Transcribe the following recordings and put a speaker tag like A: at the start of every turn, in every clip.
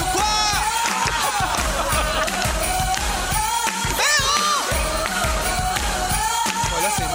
A: ou quoi Voilà, c'est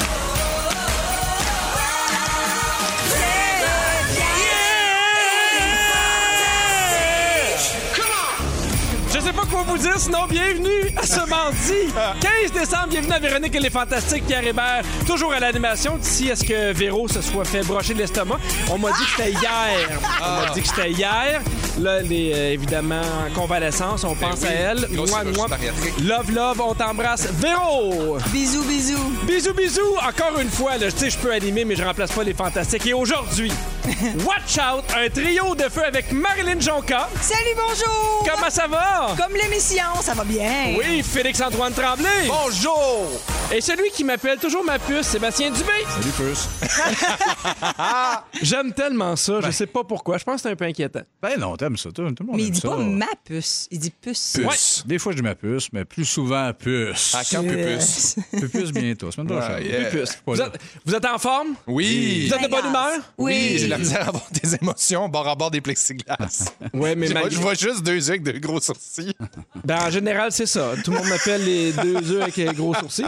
B: Je sais pas quoi vous dire, sinon bienvenue à ce mardi 15 décembre. Bienvenue à Véronique et les Fantastiques, Pierre Hébert, toujours à l'animation. D'ici à ce que Véro se soit fait brocher de l'estomac, on m'a dit que c'était hier.
A: Ah!
B: On m'a dit que c'était hier. Là, elle est euh, évidemment en convalescence, on pense
A: Ben oui,
B: à elle.
A: grosse
B: Moi,
A: chirurgie
B: moi,
A: bariatrique.
B: love, love, on t'embrasse. Véro!
C: Bisous, bisous.
B: Bisous, bisous! Encore une fois, là, je sais, je peux animer, mais je remplace pas les fantastiques. Et aujourd'hui, Watch Out, un trio de feu avec Marilyn Jonca.
C: Salut, bonjour.
B: Comment ça va?
C: Comme l'émission, ça va bien.
B: Oui, Félix-Antoine Tremblay!
A: Bonjour
B: Et celui qui m'appelle toujours ma puce, Sébastien Dubé. Salut, puce. J'aime tellement ça, je sais pas pourquoi. Je pense que c'est un peu inquiétant.
D: Ben non, t'aimes ça. Tout, tout le monde
C: Mais il
D: aime
C: dit
D: ça.
C: pas ma puce, il dit puce.
D: Puce. Des fois, je dis ma puce, mais plus souvent, puce.
A: À quand
C: Euh,
A: Pupus
B: Euh,
C: Puce.
D: Pupus bientôt. Semaine prochaine.
A: Ah, Ouais, yeah.
D: Pupus.
B: Vous
D: Voilà.
B: êtes, vous êtes en forme?
A: Oui
B: Vous êtes de bonne humeur?
A: Oui, j'ai de la misère à avoir des émotions bord à bord des plexiglas.
B: Oui, mais
A: Je vois-
B: malgré-
A: je vois juste deux yeux avec de gros sourcils.
B: Ben, en général, c'est ça. Tout le monde m'appelle les deux yeux avec les gros sourcils.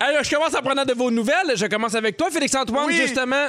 B: Alors, je commence en prenant de vos nouvelles. Je commence avec toi, Félix-Antoine.
A: Ah! Oui.
B: Justement,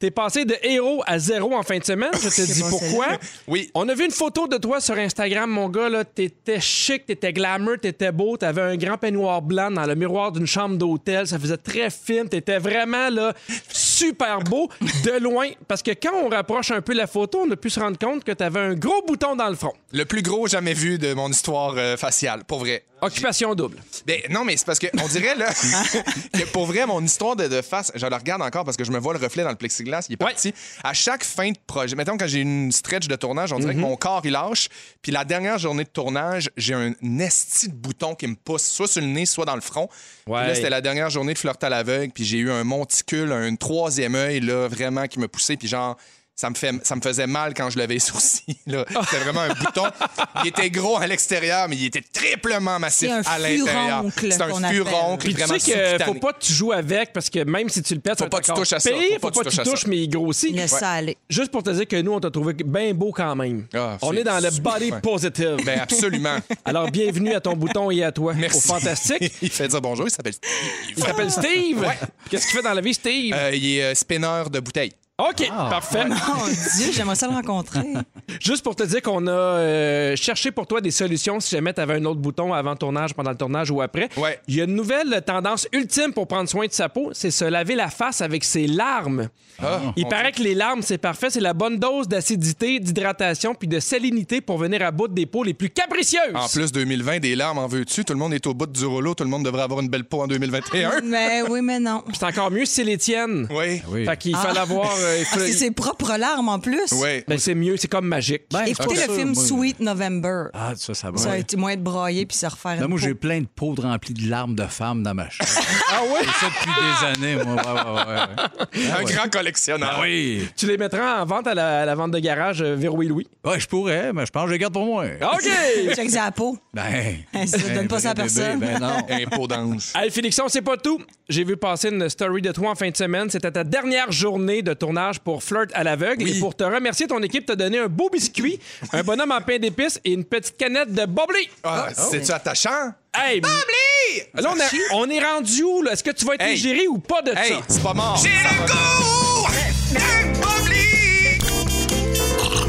B: t'es passé de héros à zéro en fin de semaine. Je te dis
C: bon,
B: pourquoi.
A: Oui.
B: On a vu une photo de toi sur Instagram, mon gars. Là, t'étais chic, t'étais glamour, t'étais beau. T'avais un grand peignoir blanc dans le miroir d'une chambre d'hôtel. Ça faisait très fine. T'étais vraiment là, super beau de loin. Parce que quand on rapproche un peu la photo, on a pu se rendre compte que t'avais un gros bouton dans le front.
A: Le plus gros jamais vu de mon histoire euh, faciale, pour vrai.
B: Occupation double.
A: Ben, non, mais c'est parce que on dirait là que pour vrai, mon histoire de, de face, je la regarde encore parce que je me vois le reflet dans le plexiglas, il est parti. À chaque fin de projet, mettons quand j'ai une stretch de tournage, on dirait que mon corps il lâche. Puis la dernière journée de tournage, j'ai un esti de bouton qui me pousse soit sur le nez, soit dans le front. Puis
B: Ouais.
A: là, c'était la dernière journée de flirt à l'aveugle, puis j'ai eu un monticule, un troisième œil là, vraiment qui me poussait, puis genre. Ça me, fait, ça me faisait mal quand je levais les sourcils. là. C'était vraiment un bouton. Il était gros à l'extérieur, mais il était triplement massif
C: C'est un
A: à l'intérieur.
C: furoncle
A: C'est
C: qu'on
A: un
C: appelle.
A: furoncle
B: Puis tu
A: vraiment
B: sais que faut
A: sous-cutané.
B: pas que tu joues avec parce que même si tu le pètes, ça va
A: pas
B: être
A: que tu
B: encore
A: touches à ça, faut
B: pire,
A: pas que tu
B: que tu
A: touches à ça.
B: touches, mais il grossit.
C: Le salé.
B: Juste pour te dire que nous, on t'a trouvé bien beau quand même.
A: Ah,
B: on
A: c'est
B: est dans le
A: super
B: body
A: fin.
B: positive.
A: Ben absolument.
B: Alors, bienvenue à ton bouton et à toi.
A: Merci.
B: Au fantastique.
A: il fait dire bonjour, il s'appelle Steve.
B: Il s'appelle Steve. Qu'est-ce qu'il fait dans la vie, Steve?
A: Euh, ah, il est euh, spinner de bouteilles.
B: OK, parfait.
C: Mon Dieu, j'aimerais ça le rencontrer.
B: Juste pour te dire qu'on a euh, cherché pour toi des solutions si jamais tu avais un autre bouton avant le tournage, pendant le tournage ou après.
A: Ouais.
B: Il y a une nouvelle tendance ultime pour prendre soin de sa peau, c'est se laver la face avec ses larmes.
A: Ah,
B: Il
A: on
B: paraît que les larmes, c'est parfait. C'est la bonne dose d'acidité, d'hydratation puis de salinité pour venir à bout des peaux les plus capricieuses.
A: En plus, 2020, des larmes en veux-tu? Tout le monde est au bout du rouleau. Tout le monde devrait avoir une belle peau en 2021.
C: mais oui, mais non.
B: C'est encore mieux si c'est les tiennes.
A: Oui.
D: Ah Oui.
B: Fait qu'il fallait avoir... euh, il
C: Ah,
B: fallait-
C: c'est ses propres larmes en plus.
A: Oui.
B: Ben, c'est mieux, c'est comme magique.
D: Ben, c'est
C: Écoutez
D: pas
C: le
D: ça,
C: film
D: moi.
C: Sweet November.
D: Ah, ça, ça va.
C: Ça a été moins de broyer puis se refaire.
B: Ben,
D: Là,
C: une
D: moi, j'ai
C: peau.
D: plein de poudres remplies de larmes de femmes dans ma chambre. ah oui? ça depuis des années, moi. Ouais, ouais, ouais, ouais.
A: Un grand collectionneur.
D: Ah oui!
B: Tu les mettras en vente à la, à la vente de garage euh, Véro et Louis.
D: Ouais, je pourrais, mais je pense que je les garde pour moi.
B: OK!
C: Check sa peau.
D: Ben,
C: Hey, ça,
D: ben,
C: donne pas ça à
D: bébé,
C: personne.
D: Ben non.
A: Un pot d'ange.
B: Hey Félixon, c'est pas tout. J'ai vu passer une story de toi en fin de semaine. C'était ta dernière journée de tournage pour Flirt à l'aveugle. Et pour te remercier, ton équipe t'a donné un beau biscuit, un bonhomme en pain d'épices et une petite canette de Boblé.
A: Ah, C'est-tu attachant?
B: Hey, Boblé! Là, on, a- on est rendu où? là? Est-ce que tu vas être
A: Hey.
B: légéré ou pas de
A: Hey,
B: ça?
A: c'est pas mort. Ça va-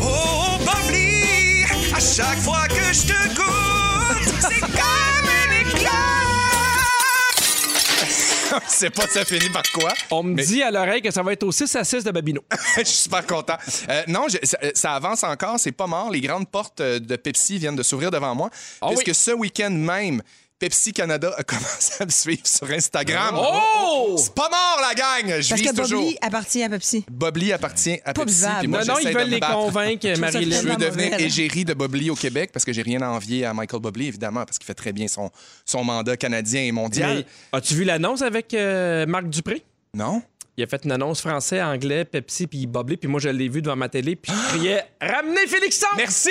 E: Oh, Bobli, à chaque fois que je te goûte, c'est comme un éclat.
A: C'est pas ça finit par quoi?
B: On me
A: Mais-
B: dit à l'oreille que ça va être au 6 à 6 de Babino.
A: je suis super content. Euh, non, je- ça, ça avance encore, c'est pas mort. Les grandes portes euh, de Pepsi viennent de s'ouvrir devant moi.
B: Ah
A: puisque
B: oui.
A: ce week-end même, Pepsi Canada a commencé à me suivre sur Instagram.
B: Oh!
A: C'est pas mort, la gang! Je
C: Parce
A: vise
C: que
A: toujours.
C: Bobby appartient à Pepsi.
A: Bob Lee appartient à
C: Pas
A: Pepsi.
C: buvable.
A: puis
B: Non,
A: moi,
B: non,
A: j'essaie
B: ils
A: de
B: veulent
A: me
B: les
A: battre.
B: convaincre,
C: trouve ça
B: Marie-Lynn.
A: Je veux
C: Tellement
A: devenir
C: mauvais, là.
A: égérie de Bob Lee au Québec parce que j'ai rien à envier à Michael Bob Lee, évidemment, parce qu'il fait très bien son, son mandat canadien et mondial.
B: Mais As-tu vu l'annonce avec euh, Marc Dupré?
A: Non?
B: Il a fait une annonce français, anglais, Pepsi, puis Boblé. Puis moi, je l'ai vu devant ma télé, puis je criais Ramenez Félixon!
A: Merci!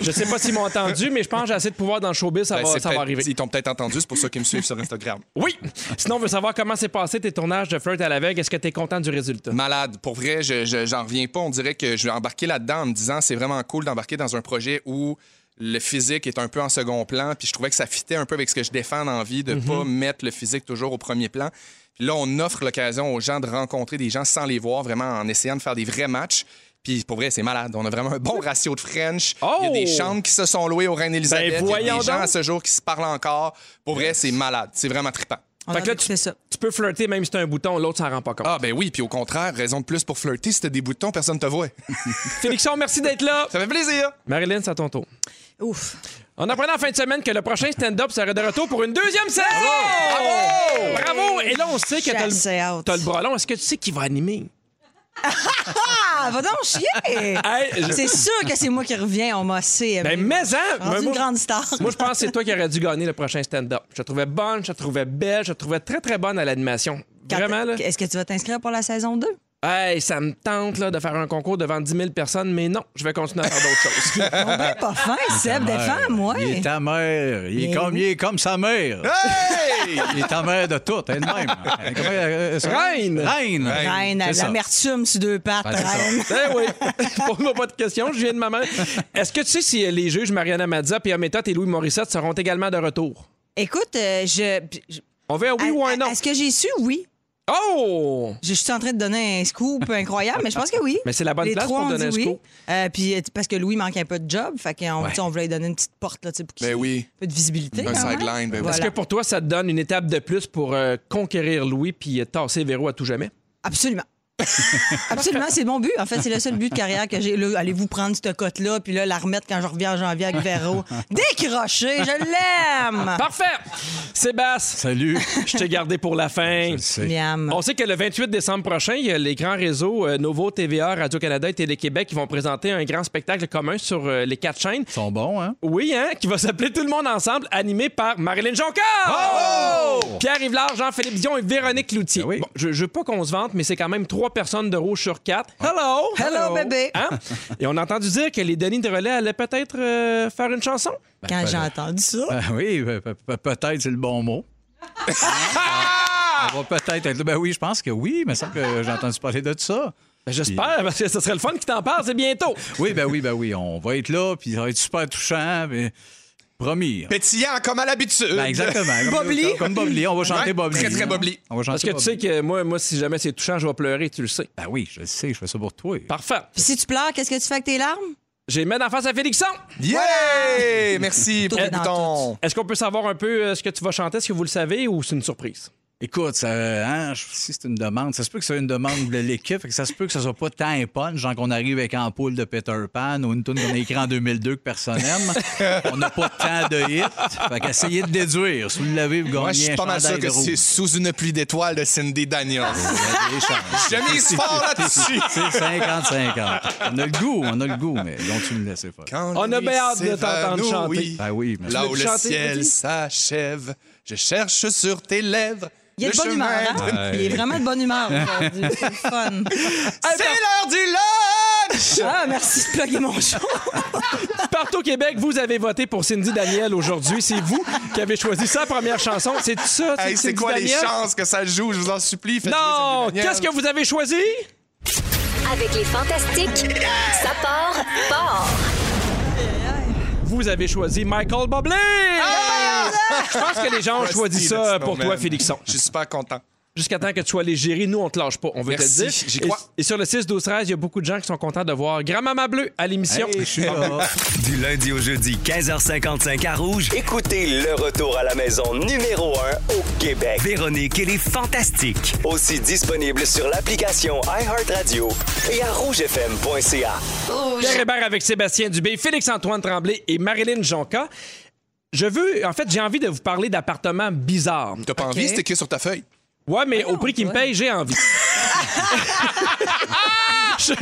B: Je sais pas s'ils m'ont entendu, mais je pense que j'ai assez de pouvoir dans le showbiz, ça,
A: Ben,
B: va,
A: c'est
B: ça va
A: peut-être-
B: arriver.
A: Ils t'ont peut-être entendu, c'est pour ceux qui me suivent sur Instagram.
B: Oui! Sinon, on veut savoir comment s'est passé tes tournages de Flirt à la veille. Est-ce que tu es content du résultat?
A: Malade. Pour vrai, je, je- j'en reviens pas. On dirait que je vais embarquer là-dedans en me disant c'est vraiment cool d'embarquer dans un projet où le physique est un peu en second plan. Puis je trouvais que ça fitait un peu avec ce que je défends dans la vie, de
B: Mhm.
A: pas mettre le physique toujours au premier plan. Puis là, on offre l'occasion aux gens de rencontrer des gens sans les voir, vraiment en essayant de faire des vrais matchs. Puis pour vrai, c'est malade. On a vraiment un bon ratio de French. Il y a des
B: Oh!
A: chambres qui se sont louées au Reine-Élisabeth. Il
B: Ben,
A: y a
B: voyons
A: des gens
B: donc!
A: à ce jour qui se parlent encore. Pour vrai, c'est malade. C'est vraiment trippant.
C: On
B: Fait
C: a
B: que là,
C: envie de faire ça.
B: Tu peux flirter même si t'as un bouton, l'autre s'en rend pas compte.
A: Ah ben oui, puis au contraire, raison de plus pour flirter, si t'as des boutons, personne te voit.
B: Félixon, merci d'être là!
A: Ça fait plaisir!
B: Marilyn, c'est à ton tour.
C: Ouf.
B: On apprenait en fin de semaine que le prochain stand-up serait de retour pour une deuxième saison! Bravo! Bravo! Et là, on sait que
C: J'ai
B: t'as
C: assez
B: le,
C: hâte.
B: t'as le bras long. Est-ce que tu sais qui va animer?
C: Ah, va donc chier!
B: Hey, je-
C: C'est sûr que c'est moi qui reviens, on m'a assez.
B: Ben,
C: aimé.
B: mais hein!
C: Rendu
B: Mais
C: une
B: moi-
C: grande star.
B: Moi, je pense que c'est toi qui aurais dû gagner le prochain stand-up. Je la trouvais bonne, je la trouvais belle, je la trouvais très, très bonne à l'animation.
C: Quand-
B: Vraiment, là.
C: Est-ce que tu vas t'inscrire pour la saison 2?
B: Hey, ça me tente, là, de faire un concours devant 10 000 personnes, mais non, je vais continuer à faire d'autres choses.
C: On ben
B: Ah,
C: pas fin, Seb, défends-moi.
D: Il est ta mère. Il est,
C: Mais
D: comme,
C: Ben oui.
D: il est comme sa mère.
A: Ah! Hey!
D: Il est ta mère de toutes, elle-même. Elle- comment elle- elle-
B: Reine.
D: Reine!
C: Reine,
D: C'est ça.
C: l'amertume sur deux pattes,
D: Ouais, c'est ça.
C: reine.
B: Eh oui. Pose-moi pas de questions, je viens de maman. Est-ce que tu sais si euh, les juges Mariana Mazza, Pierre Méthode et Louis Morissette seront également de retour?
C: Écoute, euh, je. je-
B: On veut un oui
C: à-
B: ou un
C: à-
B: non?
C: Est-ce que j'ai su? Oui.
B: Oh!
C: Je suis en train de donner un scoop incroyable, mais je pense que oui.
B: Mais c'est la bonne
C: Les
B: place
C: trois
B: pour
C: ont
B: donner
C: dit
B: un
C: oui.
B: scoop.
C: Euh, puis, euh, parce que Louis manque un peu de job, fait qu'on tu sais, on voulait lui donner une petite porte là, tu sais, pour qu'il
A: Ben oui.
C: un peu de visibilité.
A: Un
C: quand même.
A: sideline, ben oui.
C: Voilà.
B: Est-ce que pour toi, ça te donne une étape de plus pour euh, conquérir Louis puis euh, tasser Véro à tout jamais?
C: Absolument. Absolument, c'est mon but. En fait, c'est le seul but de carrière que j'ai. Là, Allez-vous prendre cette cote-là, puis là, la remettre quand je reviens en janvier avec Véro. Décroché, je
A: Ah,
C: l'aime!
B: Parfait! Sébastien,
D: Salut.
B: je t'ai gardé pour la fin.
D: C'est-
C: Miam.
A: Oh,
B: On sait que le 28 décembre prochain, il y a les grands réseaux euh, Novo, TVA, Radio-Canada et Télé-Québec qui vont présenter un grand spectacle commun sur euh, les quatre chaînes.
D: Ils sont bons, hein?
B: Oui, hein, qui va s'appeler Tout le monde ensemble, animé par Marilyn Jonca, Pierre Yvelard, Jean-Philippe Dion et Véronique Loutier.
D: Ben oui.
B: Bon, je, je veux pas qu'on se vante, mais c'est quand même trois personnes de rouge sur quatre. Hello!
C: Hello, bébé.
B: Hein? Et on a entendu dire que les Denis de Relais allaient peut-être euh, faire une chanson.
C: Quand j'ai entendu ça,
A: Ah
D: Ben oui, pe- pe- pe- peut-être c'est le bon mot.
A: Ah!
D: On va peut-être être là. Ben oui, je pense que oui, mais semble que j'ai entendu parler de ça.
B: Ben, J'espère, parce que ce serait le fun qui t'en parle, c'est bientôt.
D: Oui, ben oui, ben oui, on va être là, puis ça va être super touchant, mais promis.
A: Pétillant comme à l'habitude.
D: Ben exactement. Comme
A: Bob Lee.
D: Comme Bob Lee, on va chanter
A: Ouais,
D: Bob Lee. hein.
A: très, très Bob Lee.
D: On va chanter
B: Parce que tu
D: Bob
B: sais
D: Lee.
B: que moi, moi si jamais c'est touchant, je vais pleurer, tu le sais.
D: Ben oui, je le sais, je fais ça pour toi.
B: Parfait.
C: puis si tu pleures, qu'est-ce que tu fais avec tes larmes?
B: J'ai mis en face à Félixon.
A: Yeah! Merci pour
C: est
A: le
C: dans
A: bouton.
B: Est-ce qu'on peut savoir un peu euh, ce que tu vas chanter? Est-ce que vous le savez ou c'est une surprise?
D: Écoute, ça, hein, je- si c'est une demande, ça se peut que ce soit une demande de l'équipe, fait que ça se peut que ça soit pas tant un punch, genre qu'on arrive avec un poule de Peter Pan ou une tune qu'on a écrit en 2002 que personne aime. on n'a pas tant de hits, fait qu'essayez de déduire. Si vous l'avez, vous gagnez
A: Moi, je suis
D: un
A: pas mal sûr
D: chandail
A: que
D: de rouge.
A: c'est sous une pluie d'étoiles de Cindy Daniels. Je mise fort là-dessus.
D: C'est 50-50. On a le goût, on a le goût, mais donc tu me laisses pas.
B: On a bien hâte de t'entendre chanter.
D: Ah oui, mais
A: Là où
B: veux
A: le
B: chanter,
A: ciel
B: vas-y?
A: s'achève, je cherche sur tes lèvres.
C: Il est
A: le
C: de bonne humeur,
A: chemin
C: hein?
A: de-
C: Il est vraiment de bonne humeur aujourd'hui. C'est le fun.
A: C'est l'heure du lunch!
C: Ah, merci de plugger mon show.
B: Partout au Québec, vous avez voté pour Cindy Daniel aujourd'hui. C'est vous qui avez choisi sa première chanson. C'est ça?
A: Hey, c'est
B: Cindy
A: quoi les
B: Daniel?
A: chances que ça joue? Je vous en supplie. faites
B: Non!
A: jouer Cindy Daniel.
B: Qu'est-ce que vous avez choisi?
F: Avec les fantastiques, ça part fort.
B: Vous avez choisi Michael Bublé!
C: Ah!
B: Je pense que les gens ont choisi
A: Rusty,
B: ça
A: le
B: pour
A: snowman.
B: toi, Félixon.
A: Je suis super content.
B: Jusqu'à temps que tu sois légéré, nous, on te lâche pas. On veut
A: Merci,
B: te le dire.
A: j'y
B: Et-
A: crois.
B: Et, sur le 6, 12, 13, il y a beaucoup de gens qui sont contents de voir Grand-Maman Bleue à l'émission.
D: Hey, je suis là.
G: Du lundi au jeudi, 15h55 à Rouge,
H: Écoutez le retour à la maison numéro 1 au Québec.
G: Véronique et les Fantastiques.
H: Aussi disponible sur l'application iHeartRadio et à rougefm.ca.
B: Pierre Hébert avec Sébastien Dubé, Félix-Antoine Tremblay et Marilyn Jonca. Je veux, en fait, j'ai envie de vous parler d'appartements bizarres.
A: T'as pas envie, c'est écrit sur ta feuille.
B: Ouais, mais au prix qu'il me
C: toi.
B: paye, j'ai envie. je,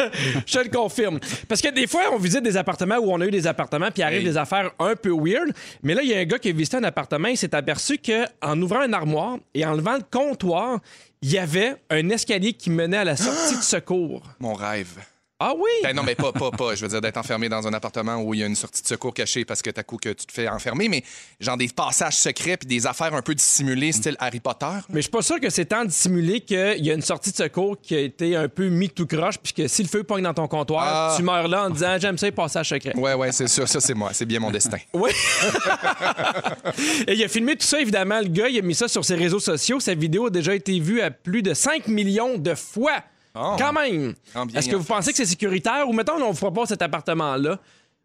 B: je le confirme. Parce que des fois, on visite des appartements où on a eu des appartements, puis arrivent des affaires un peu weird. Mais là, il y a un gars qui a visité un appartement, il s'est aperçu qu'en ouvrant un armoire et en levant le comptoir, il y avait un escalier qui menait à la sortie de secours.
A: Mon rêve.
B: Ah oui!
A: Ben non, mais pas, pas, pas. Je veux dire, d'être enfermé dans un appartement où il y a une sortie de secours cachée parce que t'as coup que tu te fais enfermer, mais genre des passages secrets puis des affaires un peu dissimulées, style Harry Potter.
B: Mais je suis pas sûr que c'est tant dissimulé qu'il y a une sortie de secours qui a été un peu mis tout croche, puis que si le feu pogne dans ton comptoir,
A: Ah.
B: tu meurs là en disant j'aime ça, il passe à secret.
A: Ouais, ouais, c'est sûr. Ça, c'est moi. C'est bien mon destin.
B: Oui. Et il a filmé tout ça, évidemment. Le gars, il a mis ça sur ses réseaux sociaux. Sa vidéo a déjà été vue à plus de 5 millions de fois.
A: Oh.
B: Quand même.
A: Ah, bien
B: Est-ce que
A: en
B: vous pensez que c'est sécuritaire ou mettons, on vous propose cet appartement-là?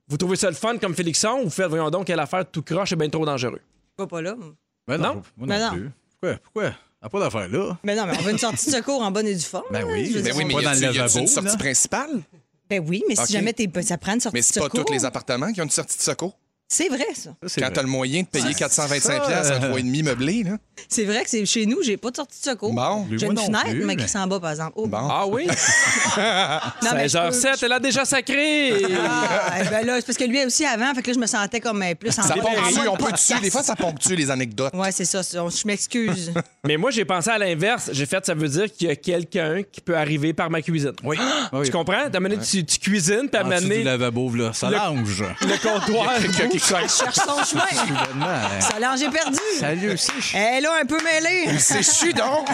B: Vous trouvez ça le fun comme Félixon ou vous faites, voyons donc, quelle affaire tout croche est bien trop dangereux?
C: Pourquoi pas là?
D: Ben
B: Non.
D: moi
C: Ben non.
D: plus. Pourquoi? Pourquoi? Ah, pas d'affaire là.
C: Mais non, mais on veut une sortie de secours en bonne et due forme.
D: Ben
C: hein,
D: oui,
C: je veux
A: Mais
C: dire,
A: oui, mais
D: Pas
A: y a
D: dans le lavabo,
A: une sortie
D: là.
A: principale?
C: Ben oui, mais
A: Ok.
C: si jamais t'es, ça prend une sortie
A: Mais
C: de
A: c'est
C: secours.
A: pas tous les appartements qui ont une sortie de secours.
C: C'est vrai, ça.
D: Ça, c'est
A: Quand
D: vrai.
A: t'as le moyen de payer 425 pièces un
D: euh,
A: 3,5 meublé, là.
C: C'est vrai que c'est chez nous, j'ai pas de sortie de secours.
A: Bon.
C: J'ai
D: Moi
C: une
D: non
C: fenêtre,
D: plus,
C: mais
D: mais-
C: qui s'en bas, par exemple. Oh.
A: Bon.
B: Ah oui?
C: Non, mais Ah, ben, je peux-
B: 16h07, elle a déjà sacré!
C: Ah, eh ben là, c'est parce que lui aussi avant, fait que là, je me sentais comme euh, plus en
A: Ça
C: bas.
A: ponctue,
C: Ah,
A: on peut dessus. Des fois, ça ponctue les anecdotes.
C: Ouais, c'est ça. c'est- Je m'excuse.
B: Mais moi, j'ai pensé à l'inverse. J'ai fait, ça veut dire qu'il y a quelqu'un qui peut arriver par ma cuisine.
D: Oui. oui.
B: Ah!
D: Ah,
B: Tu comprends? T'as mené, tu, tu cuisines, puis à un
D: En
B: moment
D: dessous
B: donné,
D: du lavabo, là, ça longe.
B: le comptoir.
C: Cherche son chemin.
D: Soudainement,
C: Ça l'a, j'ai perdu.
D: Salut, aussi, je
C: Elle est là, un peu mêlée.
A: C'est chu donc!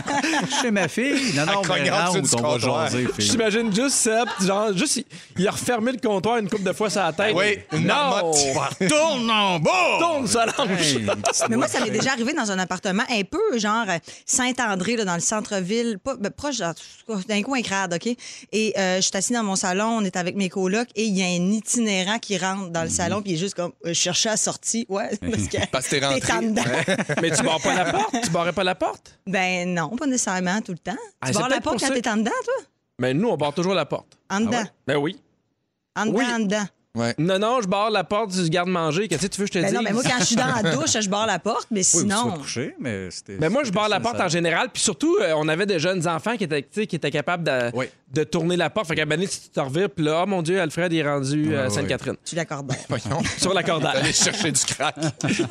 D: suis chez ma fille. Non, non,
A: Elle
D: mais
A: cognante
D: rentre,
A: sur du
D: on va
A: comptoir.
D: jaser, fille.
B: J'imagine juste Seb, genre, juste, il- il a refermé le comptoir une couple de fois sur la tête.
A: Oui, une
B: non!
A: marmotte.
D: Tourne en bas!
B: Tourne, Solange!
D: Hey, petite
C: Mais moi,
D: boîte.
C: ça m'est déjà arrivé dans un appartement un peu genre euh, Saint-André, là, dans le centre-ville, pas- ben, proche genre, en tout cas, d'un coin crade, OK? Et euh, je suis assise dans mon salon, on est avec mes colocs, et il y a un itinérant qui rentre dans le salon, puis il est juste comme, euh, je cherchais à sortir. Ouais, parce que.
A: Parce que t'es rentré.
C: en dedans.
B: Mais tu barres pas la porte? Tu barrais pas la porte?
C: Ben non, pas nécessairement tout le temps.
B: Ah, c'est
C: tu barres la
B: peut-être
C: porte
B: pour
C: quand
B: ça
C: t'es en dedans, toi?
B: Mais Ben, nous, on barre toujours la porte.
C: En dedans.
B: Ben oui.
C: En dedans,
B: Oui.
C: en dedans.
A: Ouais.
B: Non, non, je barre la porte du garde-manger. Qu'est-ce que tu veux que je te
C: Ben
B: dise?
C: non, mais moi, quand je suis dans la douche, je barre la porte, mais
D: Oui, vous vous
C: sinon.
D: êtes couché, mais c'était.
A: Ben,
B: Mais Ben, moi, je
D: c'était
B: barre la
D: ça,
B: porte
D: ça-
B: en général. Puis surtout, euh, on avait des jeunes enfants qui étaient, tu sais, qui étaient capables de,
D: Oui.
B: de tourner la porte. Fait qu'à un moment donné, si tu te revires, puis là, oh mon Dieu, Alfred il est rendu à
D: ouais.
B: Sainte-Catherine.
C: Tu l'accordes.
A: Voyons.
B: Sur la cordale.
A: Aller chercher du crack. Tranquille.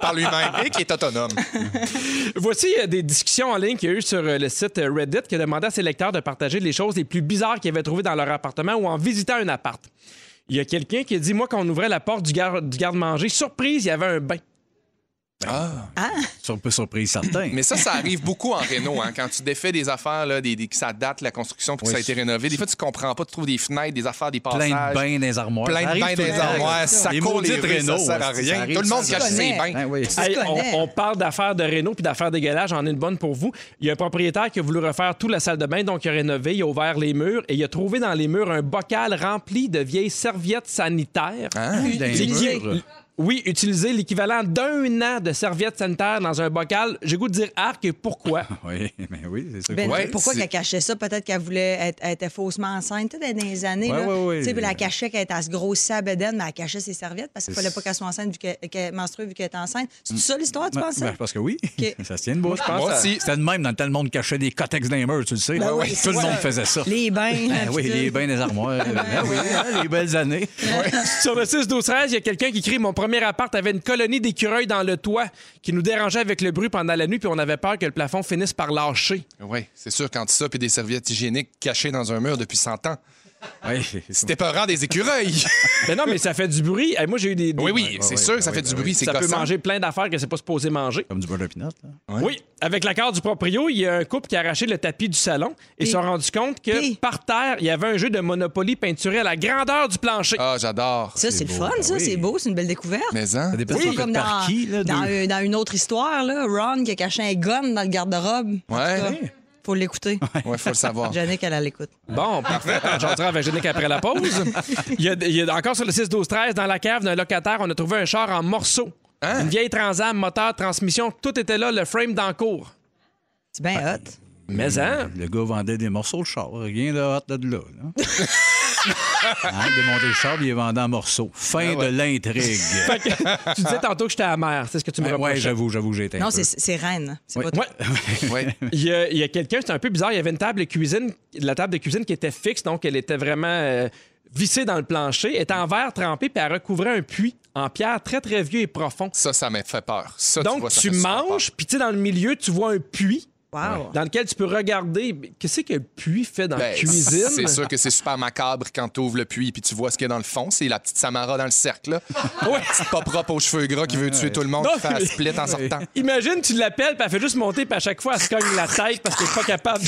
A: Par lui-même. Et qui est autonome.
B: Voici euh, des discussions en ligne qu'il y a eu sur euh, le site euh, Reddit qui a demandé à ses lecteurs de partager les choses les plus bizarres qu'ils avaient trouvées dans leur appartement ou en visitant un appart. Il y a quelqu'un qui a dit Moi, quand on ouvrait la porte du, gar- du garde-manger, surprise, il y avait un bain.
D: Sur peu surprise, certain.
A: Mais ça, ça arrive beaucoup en réno. Hein, quand tu défais des affaires, là, des, des- que ça date la construction puis que
D: Oui.
A: ça a été rénové, des fois, tu comprends pas. Tu trouves des fenêtres, des affaires, des passages.
D: plein de bains dans les armoires.
A: Plein
D: Ça
A: de
D: arrive
A: bains
D: tout le
A: des
D: temps.
A: armoires. Ça
D: Les
A: court les
D: maudites
A: rues, ça
D: rénaux,
A: sert à
D: ça
A: rien.
D: arrive,
A: Tout le
D: ça
A: monde cache
D: arrive.
A: ses
C: connais.
A: bains.
D: Ben oui.
C: Tu
B: Hey,
C: te connais.
B: on, on parle d'affaires de réno puis d'affaires de galage. J'en ai une bonne pour vous. Il y a un propriétaire qui a voulu refaire toute la salle de bain, donc il a rénové, il a ouvert les murs et il a trouvé dans les murs un bocal rempli de vieilles serviettes sanitaires.
D: Ah, Dans les
B: Liqué-
D: murs.
B: li- Oui, utiliser l'équivalent d'un an de serviettes sanitaires dans un bocal. J'ai goût de dire arc et pourquoi.
A: Ah.
D: Oui, mais oui, c'est ça.
C: Ben,
A: Ouais,
C: pourquoi
A: c'est-
C: qu'elle cachait ça? Peut-être qu'elle voulait être, elle était faussement enceinte, tu sais, dans les années.
D: Ouais,
C: là.
D: ouais, ouais.
C: Tu sais, puis elle cachait qu'elle était à se grossir à bedaine, mais elle cachait ses serviettes parce qu'il fallait pas qu'elle soit enceinte vu qu'elle qu'elle menstrue vu qu'elle était enceinte. C'est ça l'histoire, tu
D: Ben,
C: penses? ça?
D: ben, parce que oui,
C: Ok.
D: ça se tient debout.
B: pense
A: Moi
B: à-
A: aussi.
D: C'était de même dans le temps, le monde cachait des cotex dans les murs, tu le sais.
C: Ben oui,
D: Tout le
C: c'est
D: monde
C: ça.
D: faisait ça.
C: Les bains.
D: Ben oui,
C: puis tout.
D: les bains des armoires. Ben oui, hein, les belles années.
B: Sur le 6 12 13, il y a quelqu'un qui crie mon premier appart avait une colonie d'écureuils dans le toit qui nous dérangeait avec le bruit pendant la nuit puis on avait peur que le plafond finisse par lâcher.
A: Oui, c'est sûr, quand ça, puis des serviettes hygiéniques cachées dans un mur depuis 100 ans.
D: Oui,
A: C'était peurant des écureuils.
B: Mais non, mais ça fait du bruit. Eh, moi j'ai eu des, des-
A: oui, oui, c'est
D: ouais,
A: sûr
D: ouais,
A: que ça
D: ouais,
A: fait
D: ouais,
A: du
D: ouais.
A: bruit, c'est
B: ça peut
A: gossant.
B: manger plein d'affaires que c'est pas supposé manger.
D: comme du beurre de pinot. là.
B: Oui, avec l'accord du proprio, il y a un couple qui a arraché le tapis du salon et
C: Pis.
B: se sont rendus compte que
C: Pis.
B: par terre, il y avait un jeu de Monopoly peinturé à la grandeur du plancher.
A: Ah, j'adore.
C: Ça, c'est le
D: beau,
C: fun,
D: ben
C: ça.
D: oui.
C: C'est beau, c'est une belle découverte.
A: Mais hein?
D: Ça dépend
C: C'est
D: si on
C: comme
D: fait
C: dans,
D: par qui, là,
C: dans,
D: deux-
C: un- dans une autre histoire, là. Ron qui a caché un gun dans le garde-robe. En
A: Ouais.
C: tout cas, Faut l'écouter.
A: Ouais, faut le savoir.
C: Jannick, elle, elle l'écoute.
D: Ah.
B: Bon, parfait. J'en dirai avec Yannick après la pause. Il y, a, il y a encore sur le 6-12-13, dans la cave d'un locataire, on a trouvé un char en morceaux.
A: Hein?
B: Une vieille transam, moteur, transmission, tout était là, le frame d'encours.
C: C'est
D: Ben,
C: bien hot.
D: Hmm.
B: Mais hein?
D: Le gars vendait des morceaux de char. Rien de hot de là. là. Hein, démonter le sable, il est vendu en morceaux. Fin
C: Ah
D: de l'intrigue.
B: Fait que tu disais tantôt que j'étais amer, c'est ce que tu me
D: Ben, ouais,
B: reprochais.
D: j'avoue, j'avoue, j'ai été. un
C: Non,
D: peu.
C: c'est- c'est Rennes. C'est
D: Oui.
C: pas
B: Ouais. Il y a, il y a quelqu'un, c'était un peu bizarre, il y avait une table de cuisine, la table de cuisine qui était fixe, donc elle était vraiment euh, vissée dans le plancher, était en verre trempé, puis elle recouvrait un puits en pierre très, très vieux et profond.
A: Ça, ça m'a fait peur. Ça, tu,
B: Donc,
A: vois, ça
B: tu
A: fait super peur.
B: manges, puis tu sais, dans le milieu, tu vois un puits
C: Wow.
B: dans lequel tu peux regarder. Qu'est-ce que le puits fait dans la
A: Ben,
B: cuisine?
A: C'est sûr que c'est super macabre quand tu ouvres le puits puis tu vois ce qu'il y a dans le fond. C'est la petite Samara dans le cercle. Là.
B: Ouais.
A: Petite pas propre aux cheveux gras qui veut tuer tout le monde,
B: Non,
A: qui fait un
B: mais-
A: split en sortant.
B: Imagine, tu l'appelles, puis elle fait juste monter, puis à chaque fois, elle se cogne la tête parce qu'elle n'est pas capable.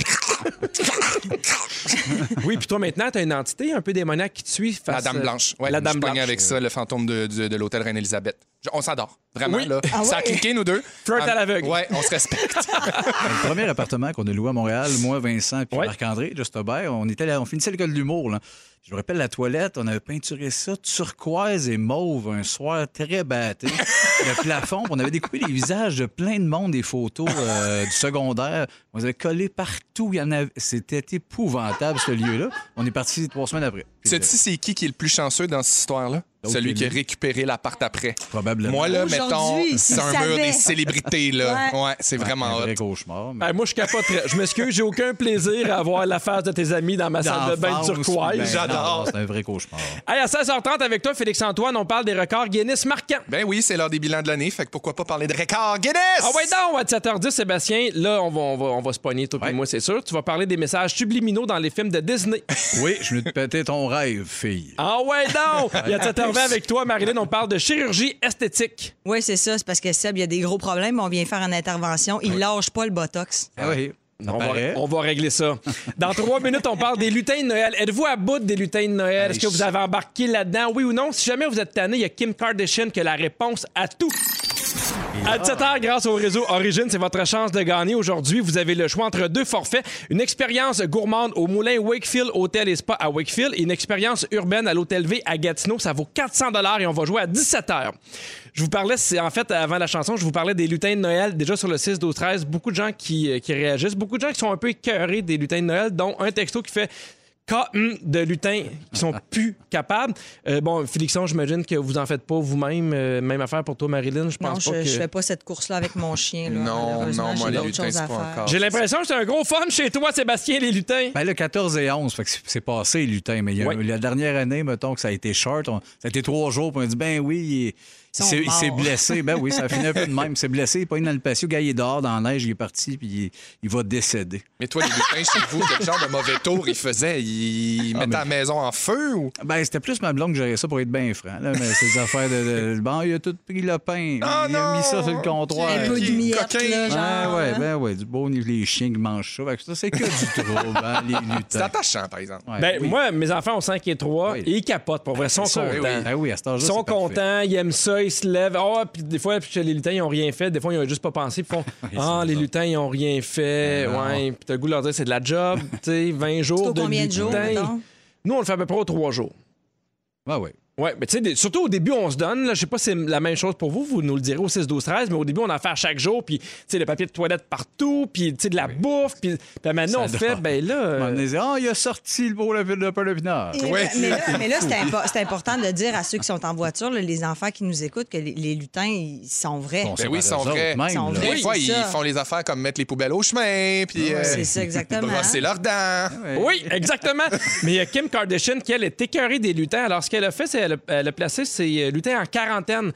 B: oui, puis toi, maintenant, tu as une entité un peu démoniaque qui te suit.
A: La
B: face- euh,
A: Dame Blanche. Ouais,
B: la Dame
A: je pognais
B: Blanche.
A: avec ça, le fantôme de, du- de l'hôtel Reine-Élisabeth. Je- On s'adore. Vraiment, là. Ça a cliqué, nous deux.
B: Ah Flirt à
A: Ah,
B: l'aveugle.
A: Ouais, on se respecte.
D: Le premier appartement qu'on a loué à Montréal, moi, Vincent, puis
B: Ouais.
D: Marc-André, Just Aubert, on, était là- on finissait l'école de l'humour. là. Je me rappelle la toilette, on avait peinturé ça turquoise et mauve un soir très batté. le plafond, puis on avait découpé les visages de plein de monde, des photos euh, du secondaire. On les avait collés partout. Il y en avait- C'était épouvantable, ce lieu-là. On est parti trois semaines après. Puis, euh,
A: Sais-tu, c'est qui qui est le plus chanceux dans cette histoire-là?
D: L'autre
A: Celui
D: que
A: qui a
D: lui.
A: récupéré l'appart après.
D: euh, Probablement.
A: Moi, là,
C: Aujourd'hui,
A: mettons,
C: s'il
A: c'est un mur
C: savait.
A: des célébrités, là.
C: Ouais.
A: Ouais, c'est vraiment
D: un vrai
A: hot.
D: cauchemar. mais-
B: Ben, moi, je capoterais. Je m'excuse, j'ai aucun plaisir à voir la face de tes amis dans ma salle de bain
D: D'enfance,
B: turquoise.
D: ben,
A: J'adore.
D: non, C'est un vrai cauchemar.
B: Hey, à 16h30 avec toi, Félix-Antoine, on parle des records Guinness marquants.
A: Ben oui, c'est l'heure des bilans de l'année, fait que pourquoi pas parler de record Guinness?
B: Ah ouais, donc, à 7h10, Sébastien, là, on va, on va, on va se pogner, toi et
D: Ouais.
B: moi, c'est sûr. Tu vas parler des messages subliminaux dans les films de Disney.
D: Oui, je me péter ton rêve, fille.
B: Ah ouais, donc! Il y a 7h20 avec toi, Marilyn, on parle de chirurgie esthétique.
C: Oui, c'est ça. C'est parce que Seb, il y a des gros problèmes. On vient faire une intervention. Il lâche pas le botox.
D: Ah oui. ça
B: On va,
D: paraît.
B: on va régler ça. Dans trois minutes, on parle des lutins de Noël. Êtes-vous à bout des lutins de Noël? Est-ce que vous avez embarqué là-dedans? Oui ou non? Si jamais vous êtes tanné, il y a Kim Kardashian qui a la réponse à tout. À 17h, grâce au réseau Origine, c'est votre chance de gagner. Aujourd'hui, vous avez le choix entre deux forfaits. Une expérience gourmande au Moulin Wakefield Hôtel et Spa à Wakefield et une expérience urbaine à l'Hôtel V à Gatineau. Ça vaut 400 et on va jouer à 17h. Je vous parlais, c'est en fait, avant la chanson, je vous parlais des lutins de Noël. Déjà sur le 6, 12, 13, beaucoup de gens qui, euh, qui réagissent. Beaucoup de gens qui sont un peu écœurés des lutins de Noël, dont un texto qui fait... KM de lutins qui sont plus capables. Euh, bon, Félixon, j'imagine que vous en faites pas vous-même. Euh, même affaire pour toi, Marilyn. Je pense
C: Non,
B: pas
C: je,
B: que...
C: je fais pas cette course-là avec mon chien. Là.
A: Non,
C: Malheureusement,
A: non, moi,
C: j'ai
A: les
C: d'autres
A: lutins,
C: choses
A: c'est pas
C: à faire.
A: encore.
B: J'ai l'impression que c'est un gros fun chez toi, Sébastien, les lutins.
D: Ah, Ben, le 14 et 11, fait que c'est- c'est passé, lutin. Mais il y a-
B: Ouais.
D: la dernière année, mettons que ça a été short, on- ça a été trois jours, puis on a dit, ben oui, il- il,
C: sont
D: s'est- il s'est
C: morts.
D: blessé. Ben oui, ça a fini un peu de même. Il s'est blessé, il est pas dans le patio, le gars, il est dehors, dans la neige, il est parti, puis il, il va décéder.
A: Mais toi, les lutins chez vous, quel genre de mauvais tour ils faisaient? Ils mettaient la maison en feu ou?
D: Ben, c'était plus ma blonde que j'avais ça pour être bien franc. Là, mais ces affaires de, de- Bon, il a tout pris le pain.
A: Ah
D: il a
A: non!
D: mis ça sur le comptoir.
C: Un peu de
A: Qui-
C: miette,
A: coquin.
C: là, genre.
D: Ben ouais,
C: hein.
D: ben ouais, du beau niveau, les chiens qui mangent ça. Fait que ça, c'est que du trouble, hein, les
A: C'est
D: lutins.
A: attachant, par exemple.
D: Ouais,
B: Ben,
D: oui.
B: moi, mes enfants ont 5 et 3
D: Oui.
B: et ils capotent. Pour vrai, ils sont
D: C'est sûr,
B: contents.
D: oui, oui. Ben oui, à cet âge-là,
B: Ils sont
D: c'est parfait.
B: contents, ils aiment ça, ils se lèvent. Ah, puis des fois, puis les lutins, ils n'ont rien fait. Des fois, ils n'ont juste pas pensé. Puis font
D: c'est
B: Ah, les
D: ça.
B: lutins, ils n'ont rien fait.
D: Ben non.
B: ouais, puis t'as le goût de leur dire c'est de la job. tu sais, 20 jours.
C: au combien de jours,
B: lutins.
C: mettons?
B: Nous, on le fait à peu près aux 3 jours.
D: Ben ouais.
B: Oui, mais tu sais, des- surtout au début, on se donne. là, Je sais pas si c'est la même chose pour vous, vous nous le direz au 6, 12, 13, mais au début, on en fait à chaque jour, puis tu sais, le papier de toilette partout, puis tu sais, de la bouffe, puis puis maintenant, on
D: Ça
B: fait,
D: dort.
B: ben là.
D: À un moment
B: euh,
D: donné, ils disent, Ah, il a sorti le beau le de Paul Pinard.
C: Et ben, Mais là, mais là, c'est impo- c'est important de dire à ceux qui sont en voiture, là, les enfants qui nous écoutent, que les, les lutins, ils sont vrais.
D: Bon, c'est
A: Ben oui,
D: par
A: ils sont
D: eux autres
A: vrais.
D: même,
C: Ils sont
D: là.
C: vrais.
A: Des fois,
C: c'est
A: ils
C: ça.
A: font les affaires comme mettre les poubelles au chemin, puis euh,
C: c'est ça, hein. exactement.
A: brosser leurs dents.
B: Euh, Oui, exactement. Mais il y a Kim Kardashian qui, elle, est écœurée des lutins. Alors, ce qu'elle a fait, c'est qu'elle a, elle a placé ses euh, lutins en quarantaine.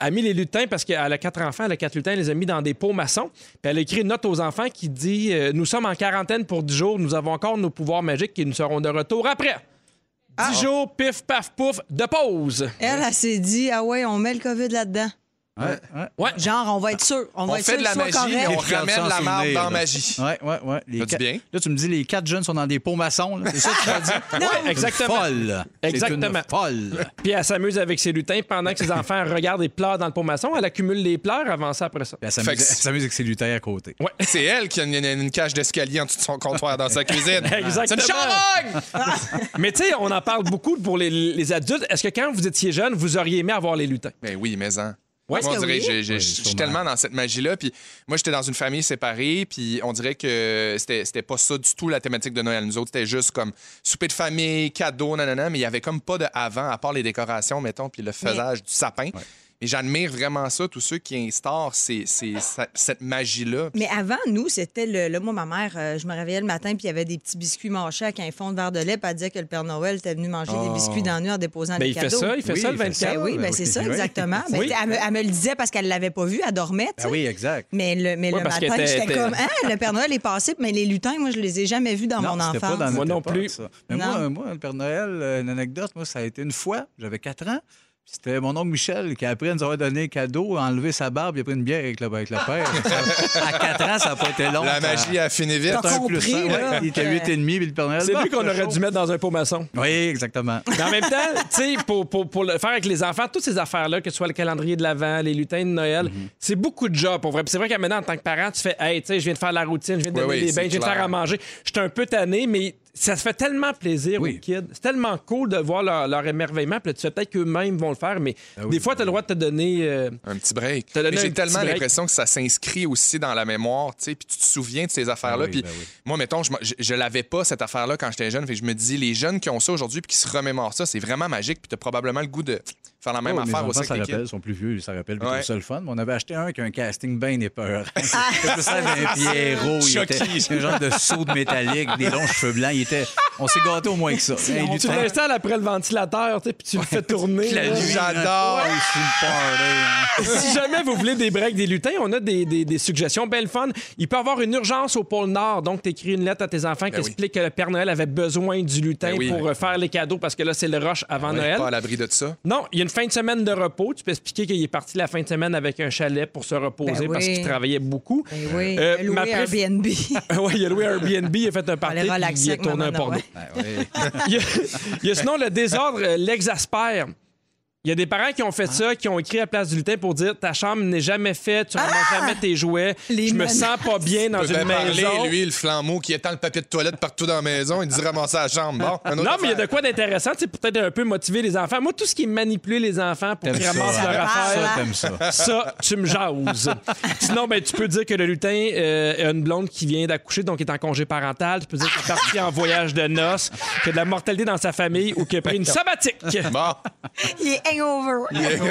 B: Elle a mis les lutins parce qu'elle a quatre enfants, elle a quatre lutins, elle les a mis dans des pots maçons. Puis elle a écrit une note aux enfants qui dit euh, Nous sommes en quarantaine pour 10 jours, nous avons encore nos pouvoirs magiques et nous serons de retour après. 10 jours, pif, paf, pouf, de pause.
C: Elle, elle s'est dit, ah ouais, on met le COVID là-dedans.
D: Ouais, ouais.
B: Ouais.
C: Genre, on va être sûr. On,
A: On
C: va être
A: fait
C: sûr
A: de la
C: qu'il
A: magie,
C: soit correct.
A: mais on
D: Puis
A: ramène
D: garde ça en
A: la marde
D: souvenir,
A: dans
D: là.
A: magie.
D: Ouais, ouais, ouais. Les
A: T'as dit
D: quatre-
A: bien.
D: Là, tu me dis, les quatre jeunes sont dans des pots maçons. là. C'est ça que tu m'as dit?
B: Ouais, exactement.
D: Folle. C'est
B: Exactement.
D: une folle.
B: Puis elle s'amuse avec ses lutins pendant que ses enfants regardent et pleurent dans le pot maçon. Elle accumule les pleurs avant ça, après ça.
D: Puis elle
A: Fait
D: s'amuse-
A: que-
D: elle s'amuse avec ses lutins à côté.
A: C'est elle qui a une, une cage d'escalier en dessous de son comptoir dans sa cuisine. C'est une
B: Exactement.
A: charogne!
B: Mais tu sais, on en parle beaucoup pour les, les adultes. Est-ce que quand vous étiez jeune, vous auriez aimé avoir les lutins?
A: Ben oui, mais en. Ouais,
C: Parce
A: on
C: que
A: dirait que
C: oui.
A: j'ai- j'ai- je suis tellement dans cette magie-là. Puis moi, j'étais dans une famille séparée, puis on dirait que c'était c'était pas ça du tout la thématique de Noël. Nous autres, c'était juste comme souper de famille, cadeau, nanana, mais il y avait comme pas de avant, à part les décorations, mettons, puis le faisage du sapin. Et j'admire vraiment ça, tous ceux qui instaurent ces- ces- sa- cette magie-là.
C: Mais avant, nous, c'était le, le- Moi, ma mère, euh, je me réveillais le matin, puis il y avait des petits biscuits mâchés avec un fond de verre de lait, puis elle disait que le Père Noël était venu manger des biscuits dans la nuit en déposant
B: Ben,
C: les
B: il fait
C: cadeaux.
B: ça, il fait
D: Oui,
B: ça le
D: il fait
B: 24.
D: ça.
C: Ben oui, ben
D: oui.
C: c'est ça,
D: Oui.
C: exactement. Ben,
B: Oui.
C: tu sais, elle, me, elle me le disait parce qu'elle ne l'avait pas vu, elle dormait. tu sais.
D: Ah oui, exact.
C: Mais le, mais
B: Ouais,
C: le
B: parce
C: matin,
B: qu'elle était-
C: j'étais
B: était-
C: comme, ah, le Père Noël est passé, mais les lutins, moi, je les ai jamais vus dans
D: Non,
C: mon
D: c'était
C: enfance.
D: pas dans
B: Moi
D: notre
B: non
D: époque,
B: plus.
D: ça. Mais
C: Non.
D: moi, moi, le Père Noël, euh, une anecdote, moi, ça a été une fois, j'avais 4 ans, puis c'était mon oncle Michel qui, après nous avoir donné un cadeau, a enlevé sa barbe, il a pris une bière avec le, avec le père. Ça- à 4 ans, ça n'a pas été long.
A: La magie a fini vite.
D: C'est un
C: compris,
D: plus un, ouais.
C: là,
D: Il était
C: que-
D: 8 et demi, puis le Père Noël...
B: C'est
D: bah,
B: lui qu'on
D: le
B: aurait
D: chaud.
B: dû mettre dans un pot maçon.
D: Oui, exactement.
B: Mais en même temps, tu sais, pour, pour, pour le faire avec les enfants, toutes ces affaires-là, que ce soit le calendrier de l'Avent, les lutins de Noël, c'est beaucoup de jobs pour vrai. Puis C'est vrai qu'à maintenant, en tant que parent, tu fais Hey, tu sais, je viens de faire la routine, je viens de
A: Oui,
B: donner
A: oui,
B: les bains,
A: c'est
B: je viens de faire
A: clair.
B: à manger. Je suis un peu tanné, mais ça se fait tellement plaisir
D: Oui.
B: aux kids. C'est tellement cool de voir leur, leur émerveillement. Puis là, tu sais peut-être qu'eux-mêmes vont le faire, mais
D: oui.
B: des fois, tu as le droit de te donner. euh,
A: Un petit break.
B: T'as donné
A: Mais
B: un
A: j'ai
B: petit
A: tellement
B: break.
A: l'impression que ça s'inscrit aussi dans la mémoire, tu sais, puis tu te souviens de ces affaires-là.
D: Ah
A: puis
D: oui, ben oui.
A: moi, mettons, je, m'en- je- je l'avais pas cette affaire-là quand j'étais jeune, fait que je me dis, les jeunes qui ont ça aujourd'hui puis qui se remémorent ça, c'est vraiment magique, puis t'as probablement le goût de faire la même
D: Oh, mes
A: affaire
D: enfants,
A: aussi
D: ça
A: avec les
D: rappelle,
A: kids.
D: sont plus vieux, ça rappelle
A: Ouais.
D: plutôt ça le fun. Mais on avait acheté un qui a un casting bien épeurant. C'était ça d'un
C: Ah,
D: Pierrot. Il
A: Chucky.
B: E.
D: était un genre de saut de métallique, des longs cheveux blancs. Il était... On s'est gâtés au moins que ça. Un
B: tu
D: lutin.
B: l'installes après le ventilateur, tu sais, puis tu le fais tourner.
D: Puis la
B: là.
D: nuit,
A: J'adore.
D: là, ouais, je suis le party, hein.
B: si jamais vous voulez des breaks des lutins, on a des, des- des suggestions. Belle fun. Il peut y avoir une urgence au pôle Nord. Donc, tu écris une lettre à tes enfants qui
A: Ben oui.
B: explique que le Père Noël avait besoin du lutin
A: Ben oui. Ah
B: pour euh, faire les cadeaux parce que là, c'est le rush avant
A: On est
B: Noël.
A: pas à l'abri de ça.
B: Non, il y a une fin de semaine de repos. Tu peux expliquer qu'il est parti la fin de semaine avec un chalet pour se reposer
C: Ben
B: parce
C: oui.
B: qu'il travaillait beaucoup.
C: Ben oui,
B: Euh,
C: louer
B: ma préf-
C: Airbnb.
B: ouais, il a loué Airbnb, il a fait un party,
C: aller
B: puis
C: relaxer
B: il a
C: avec
B: tourné un
C: maman
B: porno.
C: Noël.
B: Il y, a, il y a sinon le désordre euh, l'exaspère. Il y a des parents qui ont fait ça, qui ont écrit à place du lutin pour dire ta chambre n'est jamais faite, tu ramasses jamais tes jouets,
C: Ah! Les
B: je me
C: menaces.
B: sens pas bien dans
A: peut
B: une
A: bien parler,
B: maison.
A: lui, le flambeau qui étend le papier de toilette partout dans la maison, il dit ramasser la chambre. Bon, un autre
B: Non, mais il y a de
A: affaire.
B: quoi d'intéressant, c'est peut-être un peu motiver les enfants. Moi, tout ce qui est manipuler les enfants pour
D: T'aimes
B: qu'ils
D: ça,
B: ramassent leur
D: hein?
B: affaire,
D: Ça, t'aimes ça.
B: Ça, tu me jases. Sinon, ben, tu peux dire que le lutin euh, a une blonde qui vient d'accoucher, donc est en congé parental. Tu peux dire qu'il est parti en voyage de noces, qu'il y a de la mortalité dans sa famille ou qu'il a pris une sabbatique.
A: Bon.
C: Il est hangover.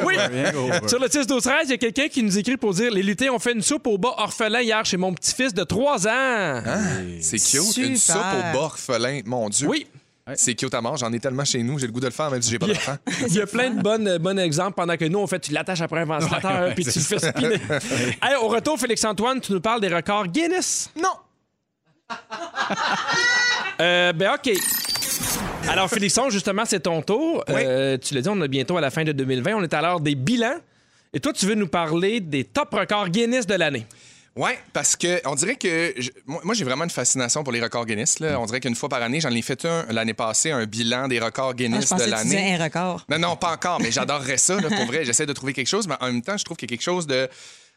B: Oui.
D: Rien over.
B: Sur le 6 12 13, il y a quelqu'un qui nous écrit pour dire les lutins ont fait une soupe au bas orphelin hier chez mon petit-fils de 3 ans.
A: Hein? C'est cute. Une
C: Super.
A: soupe au bas orphelin, mon Dieu.
B: Oui.
A: C'est cute à mort, j'en ai tellement chez nous, j'ai le goût de le faire même si j'ai pas
B: Il y
A: d'enfant.
B: a, il y a plein de bonnes, euh, bonnes exemples pendant que nous, on fait, tu l'attaches après un ventilateur,
D: Ouais, ouais,
B: puis tu
D: c'est
B: le fais spinner. Hey, au retour, Félix-Antoine, tu nous parles des records Guinness.
A: Non!
B: Euh, ben, OK. Alors, Félixon, justement, c'est ton tour. Euh, tu l'as dit, on est bientôt à la fin de 2020. On est à l'heure des bilans. Et toi, tu veux nous parler des top records Guinness de l'année.
A: Ouais, parce que on dirait que je- moi, moi, j'ai vraiment une fascination pour les records Guinness. là. On dirait qu'une fois par année, j'en ai fait un l'année passée, un bilan des records
C: Ah, je
A: Guinness
C: pensais
A: de
C: que tu disais
A: l'année.
C: un record.
A: Non, non, pas encore, mais j'adorerais ça. là, pour vrai, j'essaie de trouver quelque chose, mais en même temps, je trouve qu'il y a quelque chose de,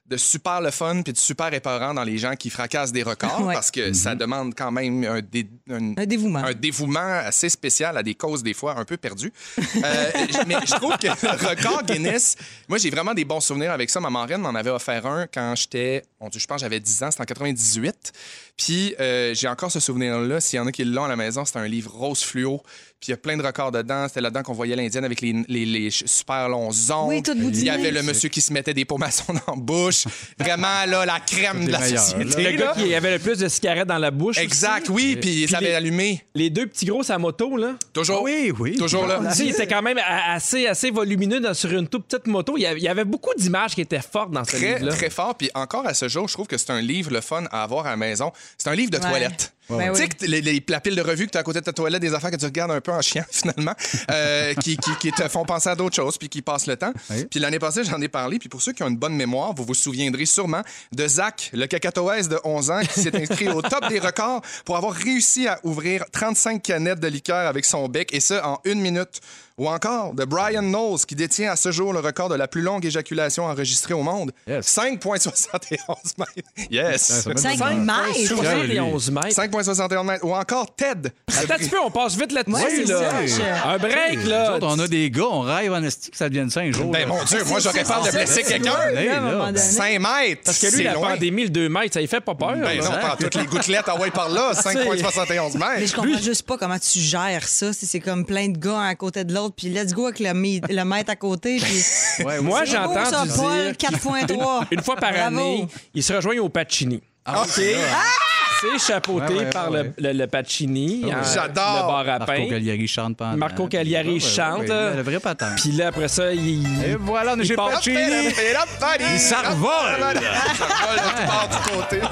A: de super le fun puis de super épeurant dans les gens qui fracassent des records
C: Ouais.
A: parce que ça demande quand même un, dé- un-
C: Un dévouement.
A: un dévouement assez spécial à des causes des fois un peu perdues. Euh, j- mais je trouve que le record Guinness, moi j'ai vraiment des bons souvenirs avec ça. Ma marraine m'en avait offert un quand j'étais, mon Dieu, je pense que j'avais 10 ans, c'était en 98. Puis euh, j'ai encore ce souvenir-là. S'il y en a qui l'ont à la maison, c'était un livre rose fluo. Puis il y a plein de records dedans. C'était là-dedans qu'on voyait l'Indienne avec les, les- les ch- super longs ongles.
C: Oui, tout
A: il
C: boudiné.
A: y avait le monsieur qui se mettait des pommassons dans la bouche. Vraiment, là, la crème de la
D: meilleur, là.
A: société.
B: Le gars
A: là.
B: qui avait le plus de cigarettes dans la bouche.
A: Exact,
B: aussi.
A: oui. Puis
B: Puis
A: ils avaient
B: les-
A: allumé.
B: Les deux petits gros à moto, là.
A: Toujours.
D: Ah Oui, oui.
A: Toujours là.
B: Tu sais, il était quand même a- assez, assez volumineux dans- sur une toute petite moto. Il y avait, il y avait beaucoup d'images qui étaient fortes dans ce
A: Très,
B: livre-là.
A: très fort. Puis encore à ce jour, je trouve que c'est un livre le fun à avoir à la maison. C'est un livre de
C: Ouais.
A: toilette.
C: Ouais, ouais.
A: Tu sais, que les, les- la pile de revues que tu as à côté de ta toilette, des affaires que tu regardes un peu en chien, finalement, euh, qui, qui- qui te font penser à d'autres choses, puis qui passent le temps.
D: Oui.
A: Puis l'année passée, j'en ai parlé. Puis pour ceux qui ont une bonne mémoire, vous vous souviendrez sûrement de Zach, le cacatoès de 11 ans, qui s'est inscrit au top des records pour avoir réussi à ouvrir 35 canettes de liqueur avec son bec, et ça en une minute. Ou encore de Brian Knowles, qui détient à ce jour le record de la plus longue éjaculation enregistrée au monde.
D: Yes.
A: 5,71 mètres.
B: Ah,
A: Yes.
D: Ouais, ça
C: Cinq
D: mètres.
C: mètres.
D: Souvent, lui.
B: 11 mètres.
A: 5,71 mètres. Ou encore Ted.
B: Attends un petit peu, on passe vite là-dessus.
C: Ouais, c'est
B: là.
C: ça, je-
B: Un break,
D: Nous
B: là.
D: autres, on a des gars, on rêve en esti que ça devienne ça un jour.
A: Ben
D: là.
A: mon Dieu, moi j'aurais peur de blesser quelqu'un.
D: Hey,
C: à un moment
D: là.
C: donné.
A: 5 mètres.
B: Parce que lui,
A: c'est
B: la
A: loin.
B: pandémie, le 2 mètres, ça lui fait pas peur.
A: Ben
B: là. hein?
A: non, pas en toutes les gouttelettes envoyées par là, 5,71
C: Mais je
A: mètres.
C: comprends juste pas comment tu gères ça. si C'est comme plein de gars un à côté de l'autre, puis let's go avec le, mi- le maître à côté. Puis...
D: Ouais, ouais.
B: Moi,
C: C'est beau,
B: j'entends
C: ça,
B: du
C: Paul,
B: dire
C: 4.3.
B: Une fois par
C: Oh, Bravo.
B: année, ils se rejoignent au Pacini.
A: OK.
B: Ah, C'est chapeauté
D: Ouais, ouais,
B: par
D: ouais. Oh,
B: Le, le, le Pacini, hein,
A: J'adore.
B: le bar à
D: Marco
B: pain.
D: Cagliari chante pendant.
C: hein.
B: Marco Cagliari
D: Ouais, ouais,
B: chante.
D: ouais, ouais, la vraie patente.
B: Puis là, après ça, il...
A: euh,
D: Et voilà, nous
B: Il
D: j'ai
B: part-
D: Pacini.
A: Et là, Paris.
D: Ça revole.
A: Ça revole de tout bord du côté.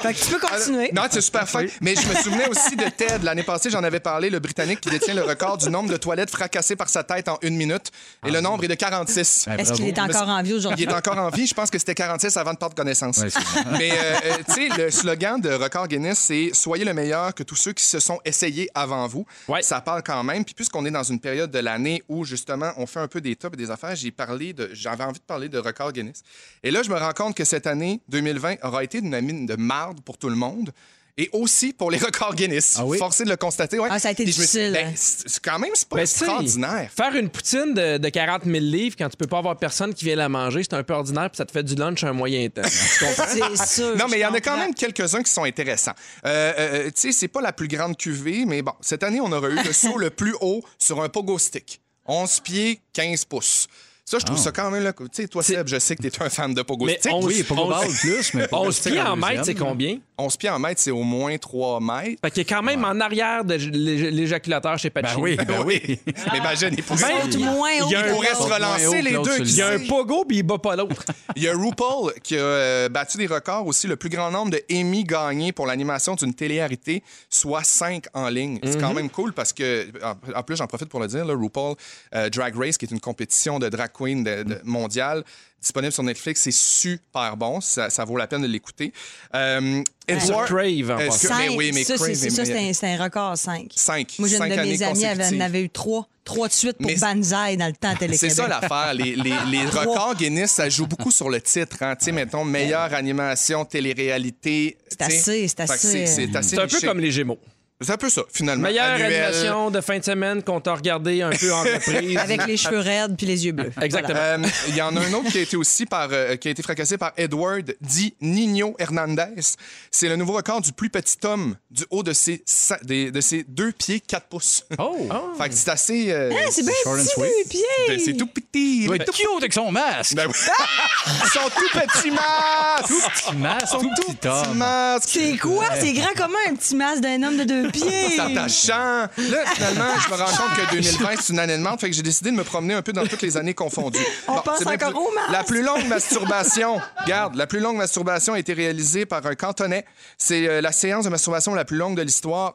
C: Fait que tu peux continuer.
A: Non, c'est super fin. Mais je me souvenais aussi de Ted. L'année passée, j'en avais parlé, le Britannique qui détient le record du nombre de toilettes fracassées par sa tête en une minute.
B: Ah,
A: Et le nombre est de 46.
D: Ouais,
C: Est-ce
D: bravo.
C: qu'il est encore en vie
A: Il
C: aujourd'hui?
A: est encore en vie. Je pense que c'était 46 avant de perdre connaissance.
D: Ouais, c'est-
A: Mais, euh, euh, tu sais, le slogan de Record Guinness, c'est Soyez le meilleur que tous ceux qui se sont essayés avant vous.
B: Ouais.
A: Ça parle quand même. Puis, puisqu'on est dans une période de l'année où, justement, on fait un peu des tops et des affaires, j'ai parlé de. J'avais envie de parler de Record Guinness. Et là, je me rends compte que cette année 2020 aura été une mine de marde pour tout le monde. Et aussi pour les records Guinness.
D: Ah oui?
A: Forcé de le constater. ouais.
C: Ah, ça a été
A: Et je me suis-
C: difficile,
A: ben,
C: hein.
A: c'est c'est quand même, c'est pas
B: Ben, tu sais,
A: extraordinaire.
B: Faire une poutine de, de 40 000 livres quand tu peux pas avoir personne qui vient la manger, c'est un peu ordinaire, puis ça te fait du lunch un moyen temps. Tu comprends?
C: C'est sûr.
A: Non, mais il y en a quand
C: je
A: même quelques-uns qui sont intéressants. Euh, euh, tu sais, c'est pas la plus grande cuvée, mais bon, cette année, on aurait eu le saut le plus haut sur un pogo stick. 11 pieds, 15 pouces. Ça, je trouve ça quand même... là, Tu sais, toi, Seb, je sais que t'es un fan de pogo
B: Mais
A: stick.
B: on-
D: Oui, pas
B: On-
D: global plus, mais pas
B: 11 pieds en mètre, c'est combien?
A: 11 pieds en mètre, c'est au moins 3 mètres.
B: Fait qu'il est quand même en arrière de l'é- l'éjaculateur chez Pacini.
D: Ben oui, ben oui.
A: Mais imagine, il pourrait,
C: comprends. Saute moins haut.
A: il
C: que
A: pourrait se
C: l'autre.
A: relancer, les
D: Claude
A: deux.
D: Sullivan.
A: qui
B: Il y a un
A: sait.
B: pogo, puis il bat pas l'autre.
A: Il y a RuPaul qui a euh, battu des records aussi, le plus grand nombre de Emmy gagnés pour l'animation d'une télé-réalité, soit 5 en ligne. C'est
B: Mhm.
A: quand même cool parce que, en en plus, j'en profite pour le dire, là, RuPaul euh, Drag Race, qui est une compétition de drag queen de-
B: Mhm.
A: de- mondiale, disponible sur Netflix, c'est super bon. Ça, ça vaut la peine de l'écouter. Euh,
B: Sur
A: Edward-
B: Crave, en
A: Est-ce
B: passant.
A: que-
C: Cinq,
A: mais oui, mais
C: ça, c'est-
A: Crave,
C: c'est- ça,
A: mais-
C: c'est un- c'est un record 5.
A: Cinq.
C: Moi, j'ai une
A: Cinq
C: de
A: années
C: mes amies avait-
A: consécutives.
C: en avait eu 3. 3 de suite pour
A: Mais-
C: Banzai dans le temps télé
A: C'est ça l'affaire. Les, les- les records Guinness, ça joue beaucoup sur le titre. Hein. Tu sais, mettons, meilleure animation, télé-réalité. tu sais.
C: assez, Ben c'est
A: Fait que
C: assez, euh,
A: C'est c'est assez
B: C'est un peu
A: niché.
B: comme les Gémeaux.
A: C'est un peu ça, finalement.
B: Meilleure
A: Ben, Annuel.
B: animation de fin de semaine qu'on t'a regardé un peu en reprise.
C: Avec les cheveux raides puis les yeux bleus.
B: Exactement.
A: Euh, Il y en a un autre qui a été aussi par, euh, qui a été fracassé par Edward Di Nino Hernandez. C'est le nouveau record du plus petit homme du haut de ses, sa- des- de ses deux pieds 4 pouces.
D: Oh!
A: Fait que c'est assez. euh,
C: Voilà. Ah, c'est bien
D: Short and
C: petit,
D: sweet.
C: mes pieds.
A: ben, c'est tout petit.
D: Il doit être cute avec son masque.
A: Ben oui. Ils sont tout petits masques.
D: Petit masque,
A: Ils sont
D: tout
A: tout
D: petit
A: petits
D: homme.
A: masques.
C: C'est quoi? C'est grand comme un petit masque d'un homme de deux pieds.
A: attachant. Là, finalement, je me rends compte que 2020, c'est une année de merde. Fait que j'ai décidé de me promener un peu dans toutes les années confondues.
C: On pense
A: c'est bien
C: encore
A: plus-
C: au masque.
A: La plus longue masturbation, regarde, la plus longue masturbation a été réalisée par un cantonais. C'est euh, la séance de masturbation la plus longue de l'histoire.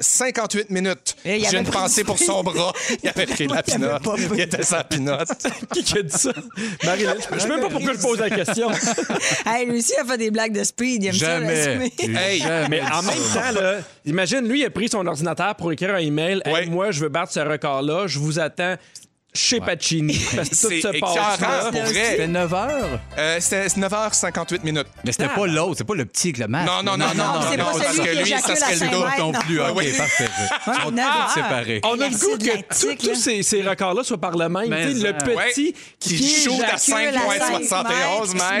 A: 9h58 minutes.
C: Et il
A: J'ai
C: avait
A: une
C: pris
A: pensée
C: du-
A: pour son bras. Il avait pris la pinotte. Il était sa pinotte.
B: Qui a dit ça? Marie-Lynn, je sais même pas pourquoi je pose la question.
C: Hey, Lucie a fait des blagues de speed. Il aime ça.
D: Jamais.
C: l'assumer.
A: Hey,
B: Euh, Mais en même temps, là, imagine, lui, il a pris son ordinateur pour écrire un email. Hey,
A: Ouais.
B: moi, je veux battre ce record-là. Je vous attends chez Pacini. Parce que tout
A: c'est
B: se passe. là.
A: écœurant, pour vrai.
D: C'était 9 heures.
A: Euh, C'était 9h58 minutes.
D: Mais c'était pas l'autre, c'est pas le petit avec le masque.
A: Non, non, non, non,
C: c'est
A: non,
C: pas
A: parce
C: celui
A: que
C: qui
A: lui, ça
C: éjacule
A: serait
C: à
A: le
C: cinq
A: dos.
C: mètres.
D: non plus.
A: Ah
D: OK,
A: oui.
D: parfait. Ils sont
C: neuf
D: tous
C: heures.
D: séparés.
B: On a le
C: Merci
B: goût
C: de
B: que
C: l'attique,
B: tous- tous
C: là.
B: ces, ces records-là soient par le même.
D: Mais
B: Tu sais, le
D: ça.
B: petit
A: Ouais, qui shoot à
C: J'éjacule à
A: 5,71
C: cinq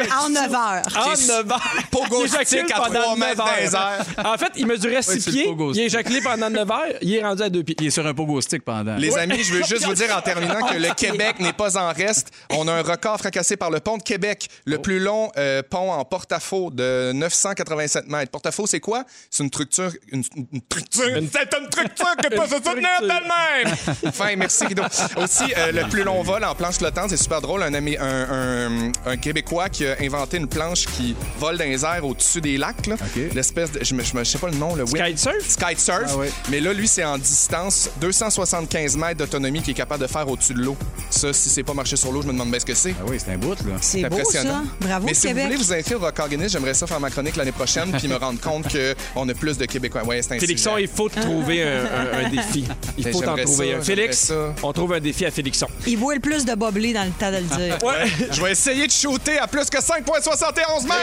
A: mètres.
C: En 9 heures.
B: En
A: Qui-
B: 9 heures.
A: Pogo
B: Il éjacule
A: stick à
B: pendant
A: 3 mètres
B: neuf
A: dans les
B: heures. En fait, il mesurait 6
D: c'est le
B: pieds.
D: pogo
B: Il a
D: stick.
B: éjaculé pendant 9 heures. Il est rendu à 2 pieds.
D: Il est sur un pogo stick pendant.
A: Les amis, je veux juste vous dire en terminant que le Québec n'est pas en reste. On a un record fracassé par le pont de Québec, le plus long euh, pont en porte-à-faux de 987 mètres. Porte-à-faux, c'est quoi? C'est une structure. Une, une- une structure. C'est une structure que peut se soutenir d'elle-même! Enfin, merci, Guido. Aussi, euh, le plus long vol en planche flottante, c'est super drôle. Un, ami- un, un- un Québécois qui a inventé une planche qui vole dans les airs au-dessus des lacs. là.
D: OK.
A: L'espèce de. Je, me- je me- je sais pas le nom, le whip.
B: Kitesurf?
A: Skysurf.
D: Ah ouais.
A: Mais là, lui, c'est en distance 275 mètres d'autonomie qu'il est capable de faire au-dessus au-dessus de l'eau. Ça, si c'est pas marché sur l'eau, je me demande bien ce que c'est.
D: Ah oui, c'est un bout, là.
C: C'est beau, ça. Bravo,
A: Mais si
C: Québec.
A: vous voulez vous inscrire au record Guinness, j'aimerais ça faire ma chronique l'année prochaine puis me rendre compte qu'on a plus de Québécois. Ouais, c'est un
B: Félixon,
A: sujet.
B: il faut te trouver un, un- un défi. Il
A: Ben,
B: faut t'en
A: j'aimerais
B: trouver
A: ça,
B: un. Félix,
A: j'aimerais ça.
B: on trouve un défi à Félixon.
C: Il boit le plus de boblé dans le temps de le dire.
B: Ouais,
A: Je vais essayer de shooter à plus que 5,71 mètres.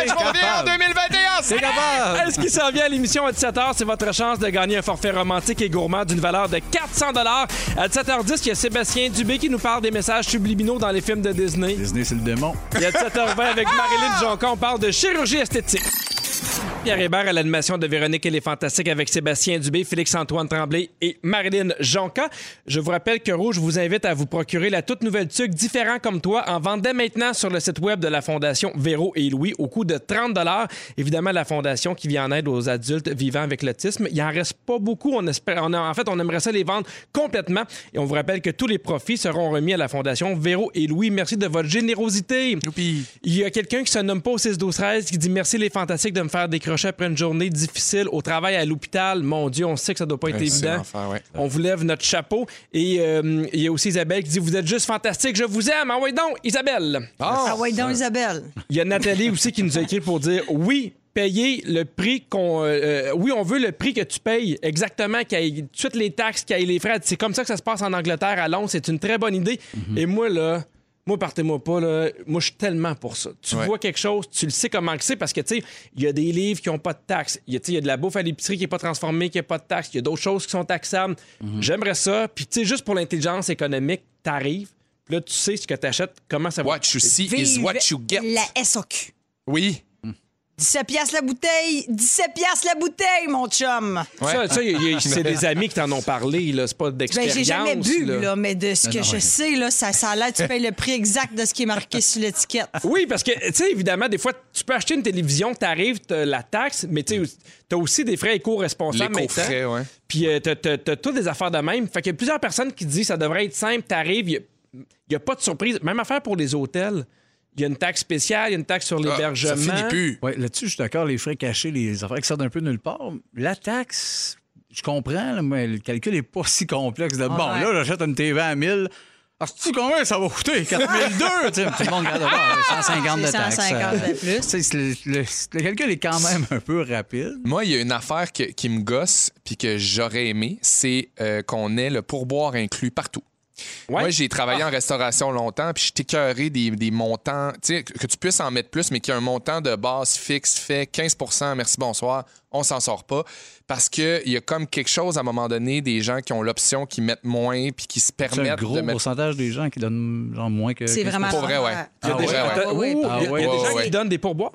A: Je m'en reviens en 2021.
B: c'est capable. Est-ce qu'il s'en vient à l'émission à 17h? C'est votre chance de gagner un forfait romantique et gourmand d'une valeur de 400 À 17h10, il y a Sébastien Dubé qui nous parle des messages subliminaux dans les films de Disney.
D: Disney, c'est le démon.
B: Il y a 17h20 avec Marilyn Jonca, on parle de chirurgie esthétique. Pierre Hébert à l'animation de Véronique et les Fantastiques avec Sébastien Dubé, Félix-Antoine Tremblay et Marilyn Jonca. Je vous rappelle que Rouge vous invite à vous procurer la toute nouvelle tuque Différent comme toi en vente dès maintenant sur le site web de la Fondation Véro et Louis au coût de 30 Évidemment, la Fondation qui vient en aide aux adultes vivant avec l'autisme. Il en reste pas beaucoup. On espère, on a- en fait, on aimerait ça les vendre complètement. Et on vous rappelle que tous les profits seront remis à la Fondation Véro et Louis. Merci de votre générosité. Il y a quelqu'un qui se nomme pas au 6 12 13 qui dit merci les fantastiques de me faire décrocher après une journée difficile au travail à l'hôpital. Mon Dieu, on sait que ça doit pas être
A: Ouais, c'est
B: évident.
A: l'enfer, ouais.
B: On vous lève notre chapeau et euh, il y a aussi Isabelle qui dit vous êtes juste fantastique, je vous aime. Envoyez donc Isabelle.
C: Ah ouais, donc, Isabelle.
B: Il y a Nathalie aussi qui nous a écrit pour dire oui. Payer le prix qu'on. euh, euh, oui, on veut le prix que tu payes exactement, qu'il y ait toutes les taxes, qu'il y ait les frais. C'est comme ça que ça se passe en Angleterre, à Londres. C'est une très bonne idée. Et moi, là, moi, partez-moi pas, là. Moi, je suis tellement pour ça. Tu
A: Ouais.
B: vois quelque chose, tu le sais comment que c'est parce que, tu sais, il y a des livres qui n'ont pas de taxes. Il y a, tu sais, il y a de la bouffe à l'épicerie qui n'est pas transformée, qui n'a pas de taxes. Il y a d'autres choses qui sont taxables. J'aimerais ça. Puis, tu sais, juste pour l'intelligence économique, t'arrives. Puis là, tu sais ce que t'achètes, comment ça va.
A: What you see is what you get.
C: La SOQ.
A: Oui.
C: 17 piastres la bouteille. 17 piastres la bouteille, mon chum.
A: Ouais.
B: Ça, ça, y- y- c'est des amis qui t'en ont parlé, là. C'est pas
C: Ben,
B: d'expérience.
C: j'ai jamais bu, là.
B: là.
C: mais de ce que je sais, là, ça, ça a l'air, tu payes le prix exact de ce qui est marqué sur l'étiquette.
B: Oui, parce que, tu sais, évidemment, des fois, tu peux acheter une télévision, t'arrives, t'as la taxe, mais tu sais, t'as aussi des frais éco-responsables
A: Les
B: maintenant.
A: coffrets, ouais.
B: Puis euh, t'as, t'as- t'as toutes des affaires de même. Fait qu'il y a plusieurs personnes qui disent ça devrait être simple, t'arrives, il n'y a, pas de surprise. Même affaire pour les hôtels. Il y a une taxe spéciale, il y a une taxe sur
A: Ah, ça
B: l'hébergement.
A: finit plus.
D: Oui, là-dessus, je suis d'accord, les frais cachés, les affaires qui sortent un peu de nulle part. La taxe, je comprends, là, mais le calcul n'est pas si complexe. de- Bon,
C: Ah, ouais.
D: là, j'achète une TV à 1000. Ah, c'est-tu combien ça va coûter? 4002! tu sais, tout le monde regarde, ah, 150 de
C: C'est
D: taxe.
C: 150 de plus.
D: Tu sais, c'est le, le- le calcul est quand même un peu rapide.
A: Moi, il y a une affaire que- qui me gosse puis que j'aurais aimé, c'est euh, qu'on ait le pourboire inclus partout.
B: Ouais.
A: Moi, j'ai
D: Ah.
A: travaillé en restauration longtemps, puis je t'écœurais des, des montants, tu sais, que tu puisses en mettre plus, mais qu'il y a un montant de base fixe fait 15 merci, bonsoir, on s'en sort pas. Parce qu'il y a comme quelque chose, à un moment donné, des gens qui ont l'option, qui mettent moins, puis qui se
D: C'est un
A: permettent
D: gros
A: de mettre...
D: pourcentage des gens qui donnent genre moins que.
C: C'est
D: 15%.
C: vraiment.
A: Pour vrai, ouais.
B: Il y a
D: Ah
B: des
D: ouais?
B: gens, attends,
C: Ah ouais,
B: ouh,
D: ah
B: il y a-
D: ouais,
B: il y a des gens
A: ouais.
B: qui donnent des pourboires.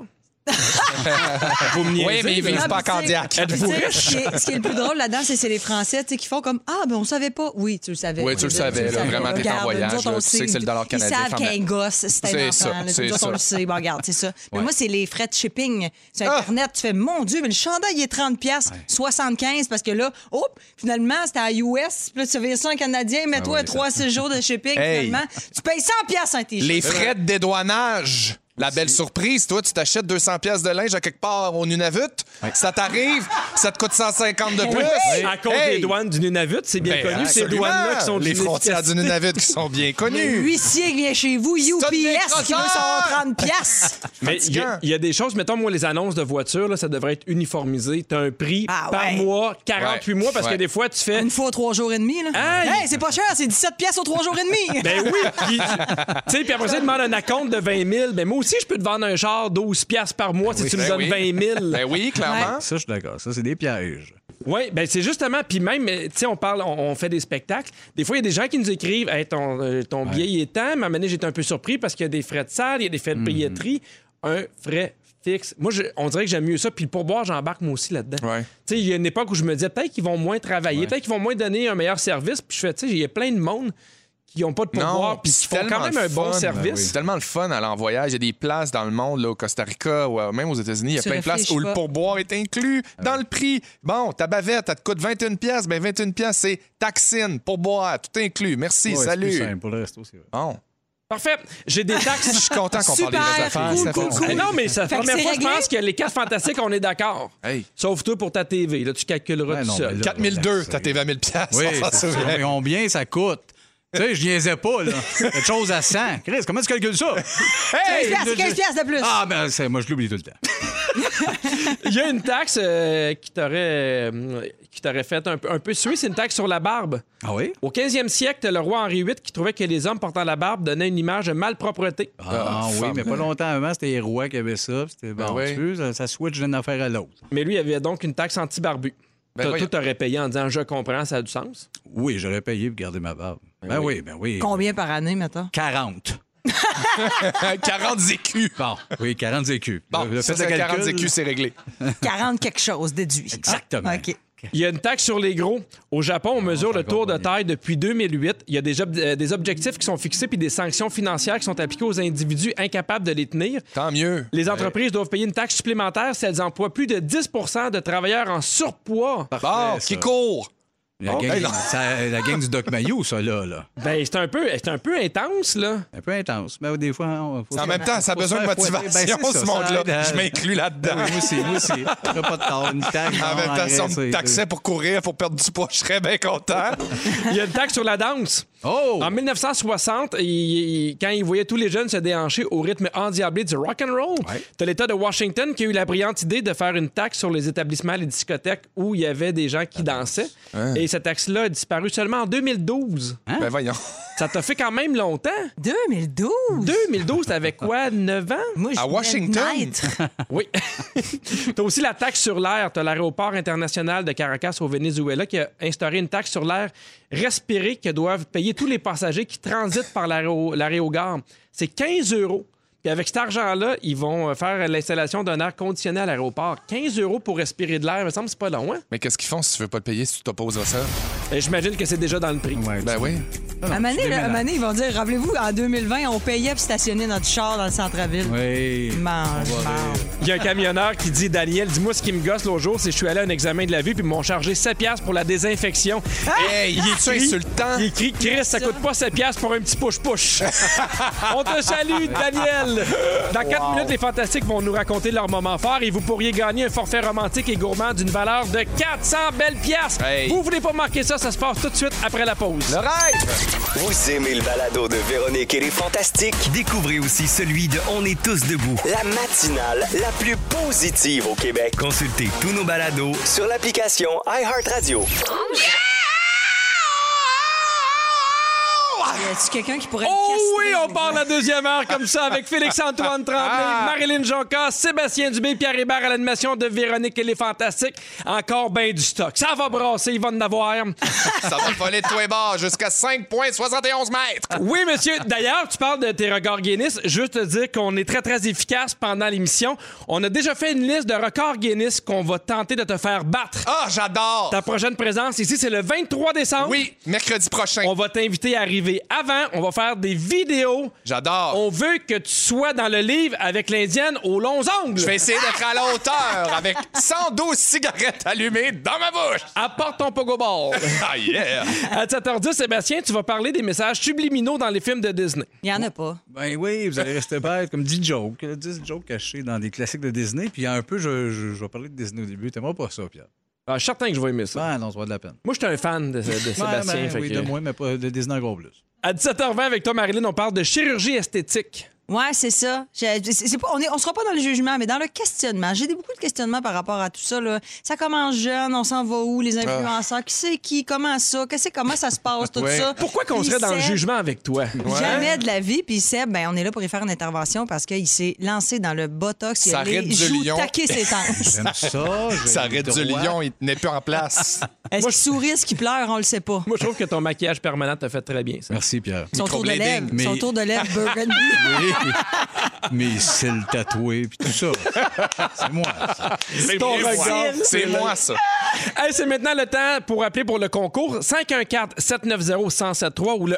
B: Vous me niaisez,
A: Oui, mais ils
B: là.
A: vivent pas en
C: Ah, Tu sais,
A: cardiaque.
C: tu sais, Ce qui, est, ce qui est le plus drôle là-dedans, c'est c'est les Français tu sais, qui font comme Ah, ben on savait pas. Oui, tu le savais.
A: Oui, tu le savais, là, vraiment, t'es en
C: Regarde,
A: voyage,
C: nous autres,
A: là,
C: on
A: tu sais que c'est le dollar canadien,
C: Ils savent
A: ferme-la.
C: qu'un gosse, c'est un
A: C'est
C: enfant.
A: ça,
C: là,
A: c'est
C: nous autres, on
A: ça. Ah!
C: le sait. Bon, regarde, c'est ça. Mais moi, c'est les frais de shipping. Sur Internet, tu fais Mon Dieu, mais le chandail, il est 30$, 75$ parce que là, hop, finalement, c'était à US. Puis là, tu fais ça en Canadien, mets-toi
D: oui,
C: 3-6 jours de shipping.
A: Ah Hey.
C: Finalement, tu payes 100$ un t-shirt.
A: Les frais de dédouanage. La belle surprise, toi, tu t'achètes 200 pièces de linge à quelque part au Nunavut, ça t'arrive, ça te coûte 150 de plus.
B: À cause
A: Hey!
B: des douanes du Nunavut, c'est bien
A: Ben,
B: connu. Ces
A: absolument.
B: douanes-là qui sont
A: les
B: d'une
A: frontières du Nunavut qui sont bien connues.
C: L'huissier qui vient chez vous, UPS, qui veut
A: Sonne les
C: son
A: crosseurs!
C: 30$.
B: Mais il y, a-
A: Fatigant.
B: il y a des choses, mettons, moi, les annonces de voitures, là, ça devrait être uniformisé. T'as un prix
C: Ah
B: par
C: ouais.
B: mois, 48
A: Ouais.
B: mois, parce que
A: Ouais.
B: des fois, tu fais.
C: Une fois aux trois jours et demi, là.
B: Aïe!
C: Hey, c'est pas cher, c'est 17 pièces aux trois jours et demi.
B: Ben oui! Puis, tu sais, puis après ça, il demande un acompte de 20 000. Ben moi aussi, je peux te vendre un char 12 piastres par mois si tu me
A: Ben
B: donnes
A: oui.
B: 20 000.
A: Ben oui, clairement.
D: Ça, je suis d'accord. Ça, c'est des pièges.
B: Oui, ben c'est justement, puis même, euh, tu sais, on parle, on, on fait des spectacles. Des fois, il y a des gens qui nous écrivent Hey, ton, euh, ton billet il est temps, mais à un moment donné, j'étais un peu surpris parce qu'il y a des frais de salle, il y a des frais de
A: Hmm.
B: billetterie, un frais fixe. Moi, je- on dirait que j'aime mieux ça. Puis pour boire, j'embarque moi aussi là-dedans.
A: Ouais.
B: Tu sais, il y a une époque où je me disais peut-être qu'ils vont moins travailler, peut-être qu'ils vont moins donner un meilleur service. Puis je fais, tu sais, il y a plein de monde qui n'ont pas de pourboire, puis qui
A: c'est
B: font quand
A: tellement
B: même
A: le
B: un bon
A: fun. Ben oui.
B: service.
A: C'est tellement le fun à en voyage. Il y a des places dans le monde, là, au Costa Rica ou euh, même aux États-Unis, il y a
C: Tu
A: plein de places où
C: réfléchis
A: le
C: pas.
A: pourboire est inclus
D: Ah
A: dans le prix. Bon, ta bavette, elle te coûte 21 pièces, ben 21 pièces c'est taxine, pourboire, tout inclus. Merci,
D: Ouais, c'est
A: salut.
D: plus simple. Pour le resto, c'est vrai.
A: Bon,
B: Parfait, j'ai des taxes.
A: je suis content qu'on parle des
C: Super,
A: vraies affaires.
C: cool,
A: ça fait
C: cool,
A: longtemps.
C: cool.
B: Mais non, mais ça
C: Fait
B: fait
C: que
B: la première
C: c'est
B: fois, je
C: réglé?
B: pense que les quatre fantastiques, on est d'accord.
A: Hey.
B: Sauf toi pour ta TV. Là, tu calculeras
D: Ouais,
B: tout
D: non,
B: seul.
D: mais là-
A: 4002, t'as tes 20 000 piastres,
D: Oui,
A: on s'en
D: c'est ça.
A: souvient.
D: Mais combien ça coûte? Tu sais, je niaisais pas, là. Quelque chose à 100. Chris, comment tu calcules ça?
A: Hey!
C: 15 piastres, 15 piastres de plus.
D: Ah, ben, c'est- moi, je l'oublie tout le temps.
B: Il y a une taxe euh, qui t'aurait euh, qui t'aurait fait un, peu- un peu suer, c'est une taxe sur la barbe.
D: Ah oui?
B: Au 15e siècle, t'as le roi Henri VIII qui trouvait que les hommes portant la barbe donnaient une image de malpropreté.
D: Ah, oui, mais pas longtemps avant, c'était les rois qui avaient ça. puis C'était bon,
A: oui.
D: tu sais, ça, ça switch d'une affaire à l'autre.
B: Mais lui, il avait donc une taxe anti-barbu.
A: Ben,
B: T'as-
A: voyons.
B: tout aurait payé en disant je comprends, ça a du sens.
D: Oui, j'aurais payé pour garder ma barbe. Ben oui, ben oui.
C: Combien par année, maintenant?
D: 40.
A: 40 écus.
D: Bon, oui, 40 écus.
A: Bon,
D: Le- le
A: ça,
D: fait de
A: c'est
D: calcul-
A: 40 écus, c'est réglé.
C: 40 quelque chose déduit.
D: Exactement.
C: OK.
B: Il y a une taxe sur les gros. Au Japon, on mesure le tour de
D: compagnie.
B: taille depuis 2008. Il y a des, ob- euh, des objectifs qui sont fixés puis des sanctions financières qui sont appliquées aux individus incapables de les tenir.
A: Tant mieux.
B: Les entreprises doivent payer une taxe supplémentaire si elles emploient plus de 10 de travailleurs en surpoids.
A: Bon,
D: Parfait, ça.
A: qui court.
D: La,
A: Oh,
D: gang,
A: hey, non.
D: ça- la gang du Doc Mayou, ça, là. là.
B: Ben, c'est un peu, c'est un peu intense, là.
D: Un peu intense. Mais des fois, on, faut
A: En même temps, ça a
D: faut
A: besoin
D: se
A: de
D: faire fouetter.
A: motivation,
D: Ben, c'est ça,
A: ce
D: ça aide
A: monde-là.
D: à-
A: Je m'inclus
D: Ben
A: là-dedans.
D: oui, moi aussi, moi aussi. J'aurais pas de tort, une taxe.
A: En
B: Ah,
A: même temps, si on me taxait pour courir, pour perdre du poids, je serais bien content.
B: Il y a une taxe sur la danse.
D: Oh!
A: Ah,
B: En 1960, il- il- quand ils voyaient tous les jeunes se déhancher au rythme endiablé du rock and roll,
D: Ouais.
B: t'as l'État de Washington qui a eu la brillante idée de faire une taxe sur les établissements, les discothèques où il y avait des gens
D: Ah,
B: qui dansaient.
D: Hein.
B: Et cette taxe-là a disparu seulement en 2012.
A: Ben voyons.
B: Ça t'a fait quand même longtemps.
C: 2012?
B: 2012, t'avais quoi, 9 ans?
C: Moi, je
A: À
C: venais de
A: Washington?
C: naître.
B: Oui. T'as aussi la taxe sur l'air. T'as l'aéroport international de Caracas au Venezuela qui a instauré une taxe sur l'air respiré que doivent payer tous les passagers qui transitent par l'aéro- l'aérogare. C'est 15 euros. Puis avec cet argent-là, ils vont euh, faire l'installation d'un air conditionné à l'aéroport. 15 euros pour respirer de l'air, il me semble que c'est pas long, hein?
A: Mais qu'est-ce qu'ils font si tu veux pas le payer, si tu t'opposes à ça?
B: Et Euh, J'imagine que c'est déjà dans le prix.
A: Ben oui.
C: À un moment donné, là, à un moment donné, ils vont dire, rappelez-vous, en 2020, on payait pour stationner notre char dans le centre-ville.
D: Oui.
C: Mange, mange.
B: Il y a un camionneur qui dit Daniel, dis-moi ce qui me gosse l'autre jour, c'est que je suis allé à un examen de la vue puis ils m'ont chargé 7 pièces pour la désinfection.
A: Hey, il est-tu
B: écrit-
A: insultant?
B: Il écrit Chris, ça coûte pas 7 pièces pour un petit push-push. On te salue Daniel. Dans 4 minutes, les fantastiques vont nous raconter leur moment fort et vous pourriez gagner un forfait romantique et gourmand d'une valeur de 400 belles pièces.
A: Hey.
B: Vous voulez pas manquer ça, ça se passe tout de suite après la pause.
A: Le rêve!
H: Vous aimez le balado de Véronique et les Fantastiques?
G: Découvrez aussi celui de On est tous debout.
H: La matinale la plus positive au Québec.
G: Consultez tous nos balados
H: Sur l'application iHeartRadio.
C: Y a-tu quelqu'un qui pourrait
B: Oh
C: me
B: oui,
C: castrer?
B: on part la deuxième heure comme ça avec Félix-Antoine Tremblay,
A: Ah.
B: Marilyn Jonca, Sébastien Dubé, Pierre Hébert à l'animation de Véronique et les Fantastiques. Encore bien du stock. Ça va brasser, il va en avoir.
A: Ça va voler de tous les bords jusqu'à 5,71 mètres.
B: Oui, monsieur. D'ailleurs, tu parles de tes records Guinness. Juste te dire qu'on est très, très efficace pendant l'émission. On a déjà fait une liste de records Guinness qu'on va tenter de te faire battre.
A: Ah, j'adore!
B: Ta prochaine présence ici, c'est le 23 décembre.
A: Oui, mercredi prochain.
B: On va t'inviter à arriver avant. On va faire des vidéos.
A: J'adore.
B: On veut que tu sois dans le livre avec l'Indienne aux longs ongles.
A: Je vais essayer d'être à la hauteur avec 112 cigarettes allumées dans ma bouche.
B: Apporte ton pogo ball.
A: Ah yeah!
B: à 7h10, Sébastien, tu vas parler des messages subliminaux dans les films de Disney.
C: Il y en a pas.
D: Ben oui, vous allez rester bête, comme 10 jokes. là, 10 jokes cachés dans des classiques de Disney. Puis un peu, je, je, je vais parler de Disney au début. T'aimeras pas ça, Pierre?
B: Ah, je suis certain que je vais aimer ça.
D: Ben non, ça va de la peine.
B: Moi, je suis un fan de, de Sébastien.
D: Ben, ben,
B: fait
D: oui,
B: que-
D: de moi, mais pas de Disney encore plus.
B: À 17h20 avec toi, Marilyn, on parle de chirurgie esthétique.
C: Ouais, c'est ça. Je- c'est- c'est pas- on ne on sera pas dans le jugement, mais dans le questionnement. J'ai des- beaucoup de questionnements par rapport à tout ça. Là. Ça commence jeune, on s'en va où,
A: Ah.
C: les influenceurs, qui c'est qui, comment ça, qu'est-ce comment ça se passe, tout
A: Ouais.
C: ça.
B: Pourquoi qu'on
C: Puis
B: serait dans le
C: Seb,
B: jugement avec toi?
C: Jamais de la vie. Puis Seb, ben, on est là pour y faire une intervention parce qu'il s'est lancé dans le botox. Il
A: Ça
C: a les
A: arrête du
C: joues
A: lion.
C: taquées ses tantes.
D: J'aime ça. j'ai
A: Ça
D: le
A: arrête du
D: droit.
A: lion, il n'est plus en place.
C: Est-ce qu'il sourit, est-ce qu'il pleure, on le sait pas.
B: Moi, je trouve que ton maquillage permanent t'a fait très bien, ça.
D: Merci, Pierre.
C: Son tour de lèvres,
D: mais-
C: son tour de lèvres burgundy.
D: Oui. Mes cils tatoués, puis tout ça. C'est moi. ça.
A: C'est
B: ton
A: moi.
B: regard.
A: C'est moi, ça.
B: Hey, c'est maintenant le temps pour appeler pour le concours 514-790-1073 ou le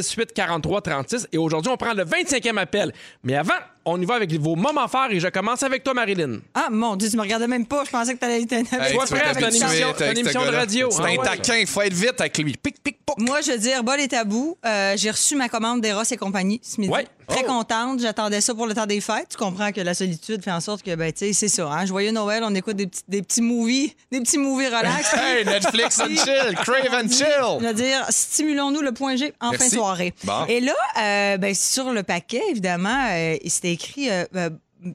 B: 1855-768-4336. Et aujourd'hui, on prend le 25e appel. Mais avant, on y va avec vos moments forts et je commence avec toi, Marilyn.
C: Ah mon Dieu, tu me regardais même pas. Je pensais que t'allais être un
A: Hey,
B: Sois
A: tu vas
B: prêt,
A: t'habituer
B: c'est une émission-
A: avec
B: c'est une
A: ce
B: émission de
A: gars-là.
B: radio.
A: C'est
B: Ah
A: un
B: ouais.
A: taquin, il faut être vite avec lui. Pic, pic, poc.
C: Moi, je veux dire, bol et tabou. Euh, j'ai reçu ma commande d'Eros et compagnie ce midi.
B: Ouais.
C: Très contente. J'attendais ça pour le temps des fêtes. Tu comprends que la solitude fait en sorte que, ben, tu sais, c'est ça. Hein? Joyeux Noël, on écoute des petits, des petits movies, des petits movies relax.
A: Hey, Netflix and chill, crave and chill.
C: Je veux dire, stimulons-nous le point G en fin
A: Merci.
C: de soirée.
A: Bon.
C: Et là, euh, ben, sur le paquet, évidemment, euh, il s'était écrit euh, euh,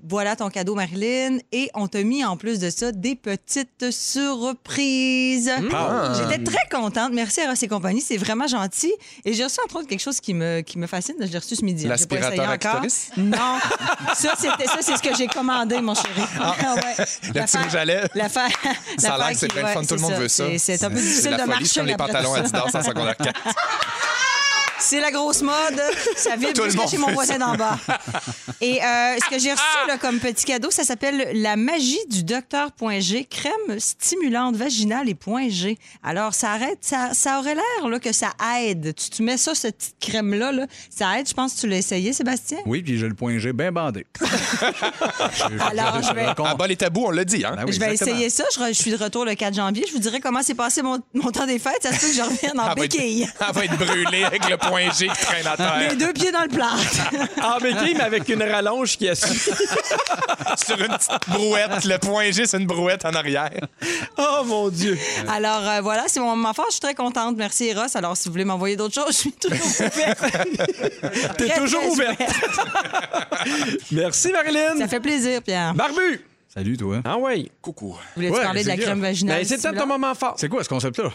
C: Voilà ton cadeau, Marilyn. Et on t'a mis en plus de ça des petites surprises.
A: Mmh. Ah.
C: J'étais très contente. Merci à Ross et compagnie. C'est vraiment gentil. Et j'ai reçu, entre autres, quelque chose qui me, qui me fascine. Je l'ai reçu ce midi. hein. J'ai pas essayé
A: L'aspirateur à
C: encore.
A: clitoris?
C: Non. ça, c'était- ça, c'est ce que j'ai commandé, mon chéri.
A: Ah.
C: Ah Ouais.
A: Le petit
C: L'affaire-
A: rouge à lèvres.
C: L'affaire.
A: Ça a l'air
C: l'affaire
A: que c'est
C: qui-
A: bien le
C: ouais,
A: fun, tout le monde veut ça.
C: C'est- C'est un peu difficile
A: la
C: de
A: folie,
C: marcher.
A: C'est comme les
C: après
A: pantalons
C: tout ça.
A: Adidas en secondaire 4.
C: C'est la grosse mode. Ça vit
A: Tout le
C: jusqu'à
A: monde Ah!
C: chez mon
A: fait
C: voisin d'en bas. Et euh, ce que j'ai reçu là, comme petit cadeau, ça s'appelle la magie du docteur point G, crème stimulante vaginale et point G. Alors, ça arrête, ça, ça aurait l'air là, que ça aide. Tu, tu mets ça, cette petite crème-là, là, ça aide. Je pense que tu l'as essayé, Sébastien.
D: Oui, puis j'ai le point G bien bandé.
C: Alors, je vais-
A: En bas les tabous, on l'a dit. Hein?
D: Ah oui,
C: je vais
D: exactement.
C: essayer ça. Je, re- je suis de retour le 4 janvier. Je vous dirai comment s'est passé mon, mon temps des fêtes. Ça se peut que je revienne en
A: Elle va être-
C: béquille.
A: Elle va être brûlée avec le point G qui traîne à terre
C: Les deux pieds dans le plat.
B: En béquille, Ah, mais avec une rallonge qui a su.
A: sur une petite brouette. Le point G, c'est une brouette en arrière.
B: Oh mon Dieu.
C: Alors euh, voilà, c'est mon moment fort. Je suis très contente. Merci, Ross. Alors, si vous voulez m'envoyer d'autres choses, je suis toujours ouverte.
B: T'es
C: Très,
B: toujours
C: très
B: ouverte. Merci, Marilyn.
C: Ça fait plaisir, Pierre.
B: Barbu.
D: Salut, toi.
B: Ah oui.
C: Vous voulez
D: Ouais,
C: parler de la
D: c'est
C: crème
D: bien.
C: vaginale?
B: Ben, Bah, c'est le temps de ton
C: stimulante?
B: moment fort.
D: C'est quoi ce concept-là?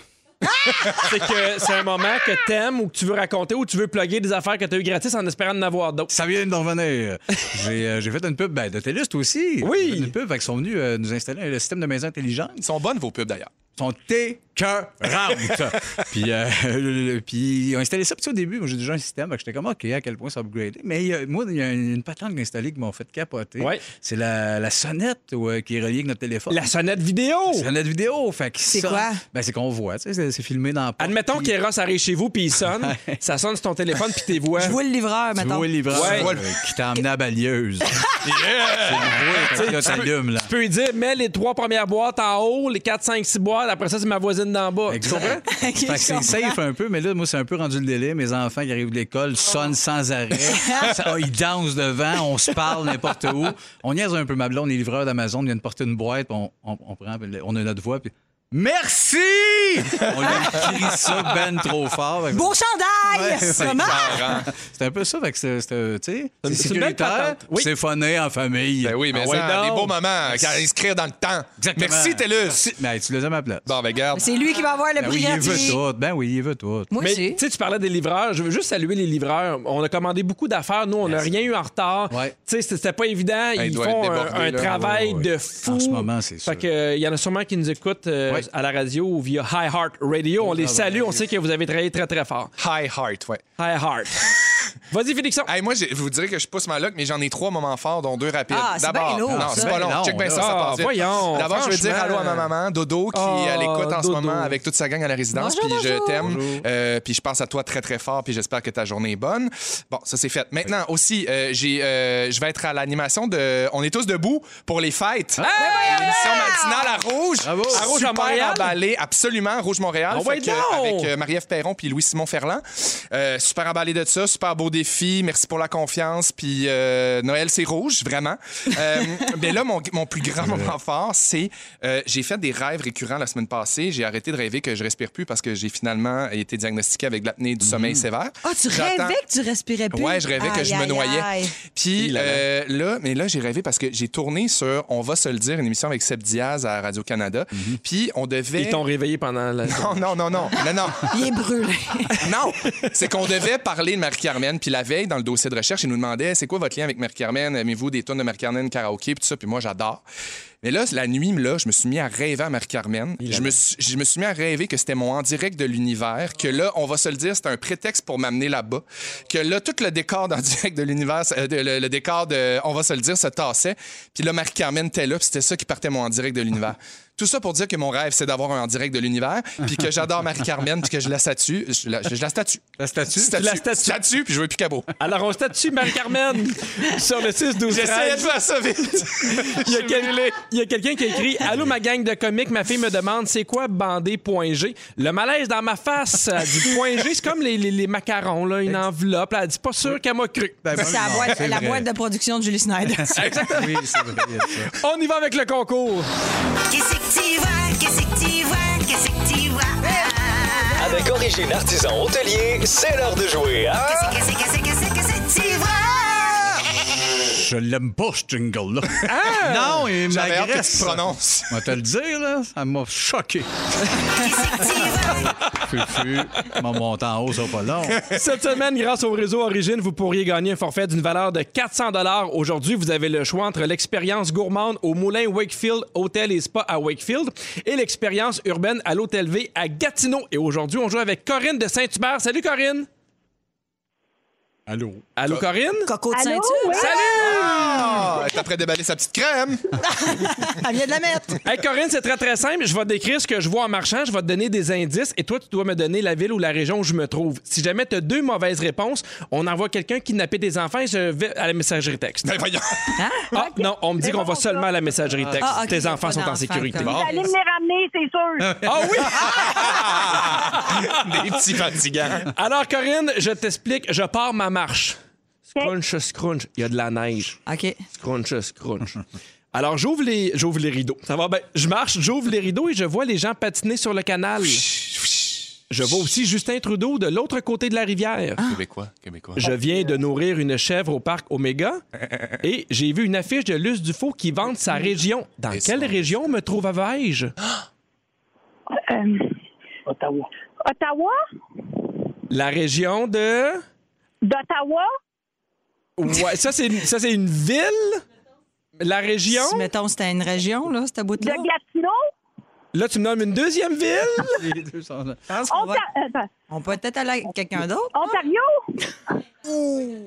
B: C'est que c'est un moment que t'aimes ou que tu veux raconter ou tu veux plugger des affaires que t'as eu gratis en espérant en avoir d'autres.
D: Ça vient de revenir. J'ai euh, j'ai fait une pub ben, de Télust aussi.
B: Oui.
D: J'ai fait Une pub, fait qu'ils sont venus euh, nous installer un système de maison intelligente.
A: Ils sont bonnes, vos pubs, d'ailleurs.
D: sont écœurantes. puis, euh, le- le- puis ils ont installé ça. Puis tu sais, au début, moi, j'ai déjà un système. fait que J'étais comme, OK, à quel point ça a upgradé. Mais il y a- moi, il y a une, une patente qui est installée qui m'a fait capoter.
B: Ouais.
D: C'est la, la sonnette ouais, qui est reliée avec notre téléphone.
B: La sonnette vidéo.
D: C'est notre vidéo. Fait que
C: Oh! C'est
D: ça-
C: quoi?
D: Ben, c'est qu'on voit. tu sais, C'est c'est filmé dans la porte,
B: Admettons
D: puis
B: qu'Eros arrive chez vous puis il sonne. ça sonne sur ton téléphone puis t'es voix.
C: Je vois le livreur,
D: Tu
C: maintenant.
D: vois le livreur
B: Ouais.
D: euh, qui t'a emmené à Balieuse. C'est le bruit, fait que là, t'allumes, là.
B: Tu peux lui dire, mets les trois premières boîtes en haut, les quatre, cinq, six boîtes, après ça, c'est ma voisine d'en bas. Tu comprends?
D: Exact. Fait que c'est safe un peu, mais là, moi, c'est un peu rendu le délai. Mes enfants qui arrivent de l'école sonnent sans arrêt. Ça- ah, ils dansent devant, on se parle n'importe où. On niaise un peu, ma blonde, on est livreur d'Amazon, on vient de porter une boîte, on, on, on prend, on a notre voix, puis Merci! On a crie ça ben trop fort. Fait que-
C: Beau chandail!
D: Ouais, ouais.
C: Comment?
D: C'est un peu ça, fait que c'est- c'est un- tu sais,
B: C'est
D: c'est
B: une belle
D: sécuritaire,
B: patente. Oui.
D: c'est funné en famille.
A: Ben oui, mais
B: Ah ouais,
A: ça,
B: donc.
A: les beaux moments qui à inscrire dans le temps.
D: Exactement.
A: Merci, Télus.
D: Si- Ben, tu les as ma place.
A: Bon, ben, garde.
C: C'est lui qui va avoir le
D: Ben
C: prix
D: oui, il
C: gratuit.
D: veut tout. Ben oui, il veut tout.
C: Moi
B: Mais
C: aussi.
B: tu sais, tu parlais des livreurs. Je veux juste saluer les livreurs. On a commandé beaucoup d'affaires. Nous, on n'a rien eu en retard.
D: Ouais. Ben,
B: Tu sais, c'était pas évident.
A: ils
B: Ils
A: doivent
B: font
A: être
B: un,
A: débordés,
B: un
A: là.
B: travail
D: Ouais, ouais.
B: de fou.
D: En ce moment, c'est
B: Fait
D: sûr.
B: que, euh, il y en a sûrement qui nous écoutent euh,
D: Ouais.
B: à la radio ou via High Heart Radio. On les salue. On sait que vous avez travaillé très, très fort.
A: High heart, ouais.
B: High Heart. Vas-y, Félixon.
A: Hey, moi, j'ai- je vous dirais que je pousse ma loc, mais j'en ai trois moments forts, dont deux rapides.
C: Ah, c'est
A: D'abord,
C: bien lourd,
A: non,
C: ça.
A: c'est pas long.
D: Ben non,
A: Check bien
D: là.
A: ça, ça
B: Ah,
A: passe vite.
B: voyons,
A: D'abord, je veux dire
B: franchement.
A: allô à ma maman, Dodo, qui
B: Oh,
A: à l'écoute en ce
B: Dodo.
A: moment avec toute sa gang à la résidence.
C: Bonjour,
A: Puis je
C: bonjour.
A: t'aime. Euh, puis je pense à toi très, très fort. Puis j'espère que ta journée est bonne. Bon, ça, c'est fait. Maintenant, aussi, euh, j'ai, euh, je vais être à l'animation de On est tous debout pour les fêtes. L'émission matinale à Rouge.
D: Bravo.
A: À Rouge
B: Super
A: à Montréal.
B: emballé.
A: Allez, absolument, Rouge Montréal.
B: Ah
A: Fait
B: ouais,
A: que,
B: donc!
A: avec euh, Marie-Ève Perron puis Louis-Simon Ferland. Euh, super emballé de ça, super beau défi. Merci pour la confiance. Puis euh, Noël, c'est rouge, vraiment. Euh, mais là, mon, mon plus grand moment fort, c'est euh, j'ai fait des rêves récurrents la semaine passée. J'ai arrêté de rêver que je respire plus parce que j'ai finalement été diagnostiqué avec de l'apnée du sommeil sévère.
C: Ah, tu
A: J'attends-
C: rêvais que tu respirais plus?
A: Ouais, je rêvais que
C: Aïe,
A: je me
C: aïe,
A: noyais.
C: aïe.
A: Puis
B: Il
A: euh, là, mais là, j'ai rêvé parce que j'ai tourné sur, on va se le dire, une émission avec Seb Diaz à Radio-Canada.
C: Mhm.
A: Puis on devait.
B: Ils t'ont réveillé pendant la.
A: Non, non, non, non. Non, non.
C: Il est brûlé.
A: Non, c'est qu'on devait parler de Marie-Carmen. Puis la veille, dans le dossier de recherche, il nous demandait c'est quoi votre lien avec Marie-Carmen Aimez-vous des tonnes de Marie-Carmen karaoké Puis tout ça. Puis moi, j'adore. Mais là, la nuit, là, je me suis mis à rêver à Marie-Carmen. Je me, suis, je me suis mis à rêver que c'était mon en direct de l'univers, que là, on va se le dire, c'était un prétexte pour m'amener là-bas. Que là, tout le décor d'en direct de l'univers, euh, de- le, le décor de, on va se le dire, se tassait. Puis là, Marie-Carmen était là, puis c'était ça qui partait mon en direct de l'univers. Tout ça pour dire que mon rêve, c'est d'avoir un en direct de l'univers, puis que j'adore Marie-Carmen, puis que je la statue. Je la, je la statue.
D: La statue?
A: Statue.
B: La statue.
A: Statue, puis je veux plus cabot.
B: Alors, on statue Marie-Carmen sur le 6 12
A: J'essayais de faire ça vite.
B: Il y, a quel- il y a quelqu'un qui a écrit Allô, ma gang de comiques, ma fille me demande c'est quoi bandé point G Le malaise dans ma face. Elle dit point G, c'est comme les, les- les macarons, là, une enveloppe. Elle dit Pas sûr qu'elle m'a cru.
D: Ben,
C: C'est la,
D: non,
C: boîte,
D: c'est
C: la
D: vrai.
C: boîte de production de Julie Snyder.
D: Oui, c'est vrai. il y a ça.
B: On y va avec le concours.
E: Qu'est-ce que tu vois? Qu'est-ce que tu vois? Qu'est-ce que tu vois?
H: Avec Origine Artisan Hôtelier, c'est l'heure de jouer hein? à...
E: Qu'est-ce que c'est? Qu'est-ce que c'est? Qu'est-ce que tu vois?
D: Je l'aime pas, ce jingle-là. Ah! non, il
A: J'avais hâte que tu
D: m'agresse.
A: prononces.
D: On va te le dire, là, ça m'a choqué. Fufu, mon montant en haut, ça va pas long.
B: Cette semaine, grâce au réseau Origine, vous pourriez gagner un forfait d'une valeur de 400 Aujourd'hui, vous avez le choix entre l'expérience gourmande au Moulin Wakefield Hôtel et Spa à Wakefield et l'expérience urbaine à l'Hôtel V à Gatineau. Et aujourd'hui, on joue avec Corinne de Saint-Hubert. Salut, Corinne!
D: Allô?
B: Allô, Corinne?
C: Coco de
F: Allô?
C: ceinture.
F: Oui?
B: Salut!
A: Ah, elle est après déballer sa petite crème.
C: Elle vient de la mettre.
B: Hey, Corinne, c'est très, très simple. Je vais te décrire ce que je vois en marchant. Je vais te donner des indices et toi, tu dois me donner la ville ou la région où je me trouve. Si jamais tu as deux mauvaises réponses, on envoie quelqu'un kidnapper des enfants et je vais à la messagerie texte.
A: Ben voyons.
B: Ah, non, on me dit
I: C'est
B: qu'on
I: bon,
B: va
I: ça.
B: seulement à la messagerie texte.
C: Ah, ok,
B: Tes enfants
C: pas
B: sont en
C: d'enfants,
B: sécurité.
C: comme-
I: J'allais me les ramener, c'est sûr.
B: Ah oui!
A: Des petits fatigants.
B: Alors, Corinne, je t'explique, je pars ma marche. Scrunch, scrunch, il y a de la neige.
C: OK.
B: Scrunch, euh, scrunch. Alors, j'ouvre les, j'ouvre les rideaux. Ça va bien. Je marche, j'ouvre les rideaux et je vois les gens patiner sur le canal. Je vois aussi Justin Trudeau de l'autre côté de la rivière.
A: Québécois, Québécois.
D: Ah.
B: Je viens de nourrir une chèvre au parc Omega et j'ai vu une affiche de Luce Dufault qui vante sa région. Dans
A: Et
B: quelle
A: son-
B: région me trouve-je?
D: Ah!
I: Euh, Ottawa.
B: La région de.
I: D'Ottawa?
B: Ouais, ça, c'est ça, c'est une ville? La région?
C: Si, mettons, c'était une région, là, cette
I: De
C: bout-là.
I: Gatineau?
B: Là, tu me nommes une deuxième ville?
D: Les deux sont là.
C: Je pense qu'on va-
I: Onta- attends,
C: On peut peut-être aller avec quelqu'un d'autre.
I: Ontario?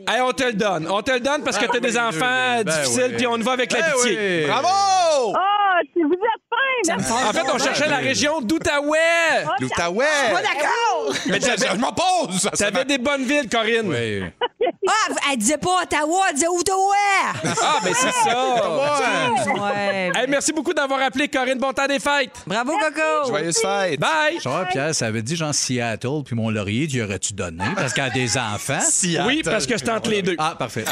B: Hey, on te le donne. On te le donne parce que t'as
D: oui,
B: des
D: deux
B: enfants
D: villes. Ben
B: difficiles,
D: oui.
B: puis on y va avec la
D: Ben
B: pitié.
D: oui.
A: Bravo!
I: Ah, tu vous êtes fin, là.
B: En fait,
D: Ben
B: on cherchait la région d'Outaouais.
I: Ah,
A: L'Outaouais!
C: Eh D'accord!
A: Mais je je m'en pose! Ça, ça
B: T'avais
A: va-
B: des bonnes villes, Corinne.
D: Oui.
C: Ah, elle disait pas Ottawa, elle disait Outaouais!
B: Ah, ben c'est ça.
C: ouais.
B: Hey, merci beaucoup d'avoir appelé, Corinne. Bon temps des fêtes.
C: Bravo, Coco!
A: Joyeuse fête!
B: Bye.
D: Charles Pierre, ça avait dit genre Seattle, puis mon laurier, tu aurais-tu donné? Parce qu'elle a des enfants.
A: Seattle.
B: Oui, parce que je tente les deux.
D: Ah, parfait.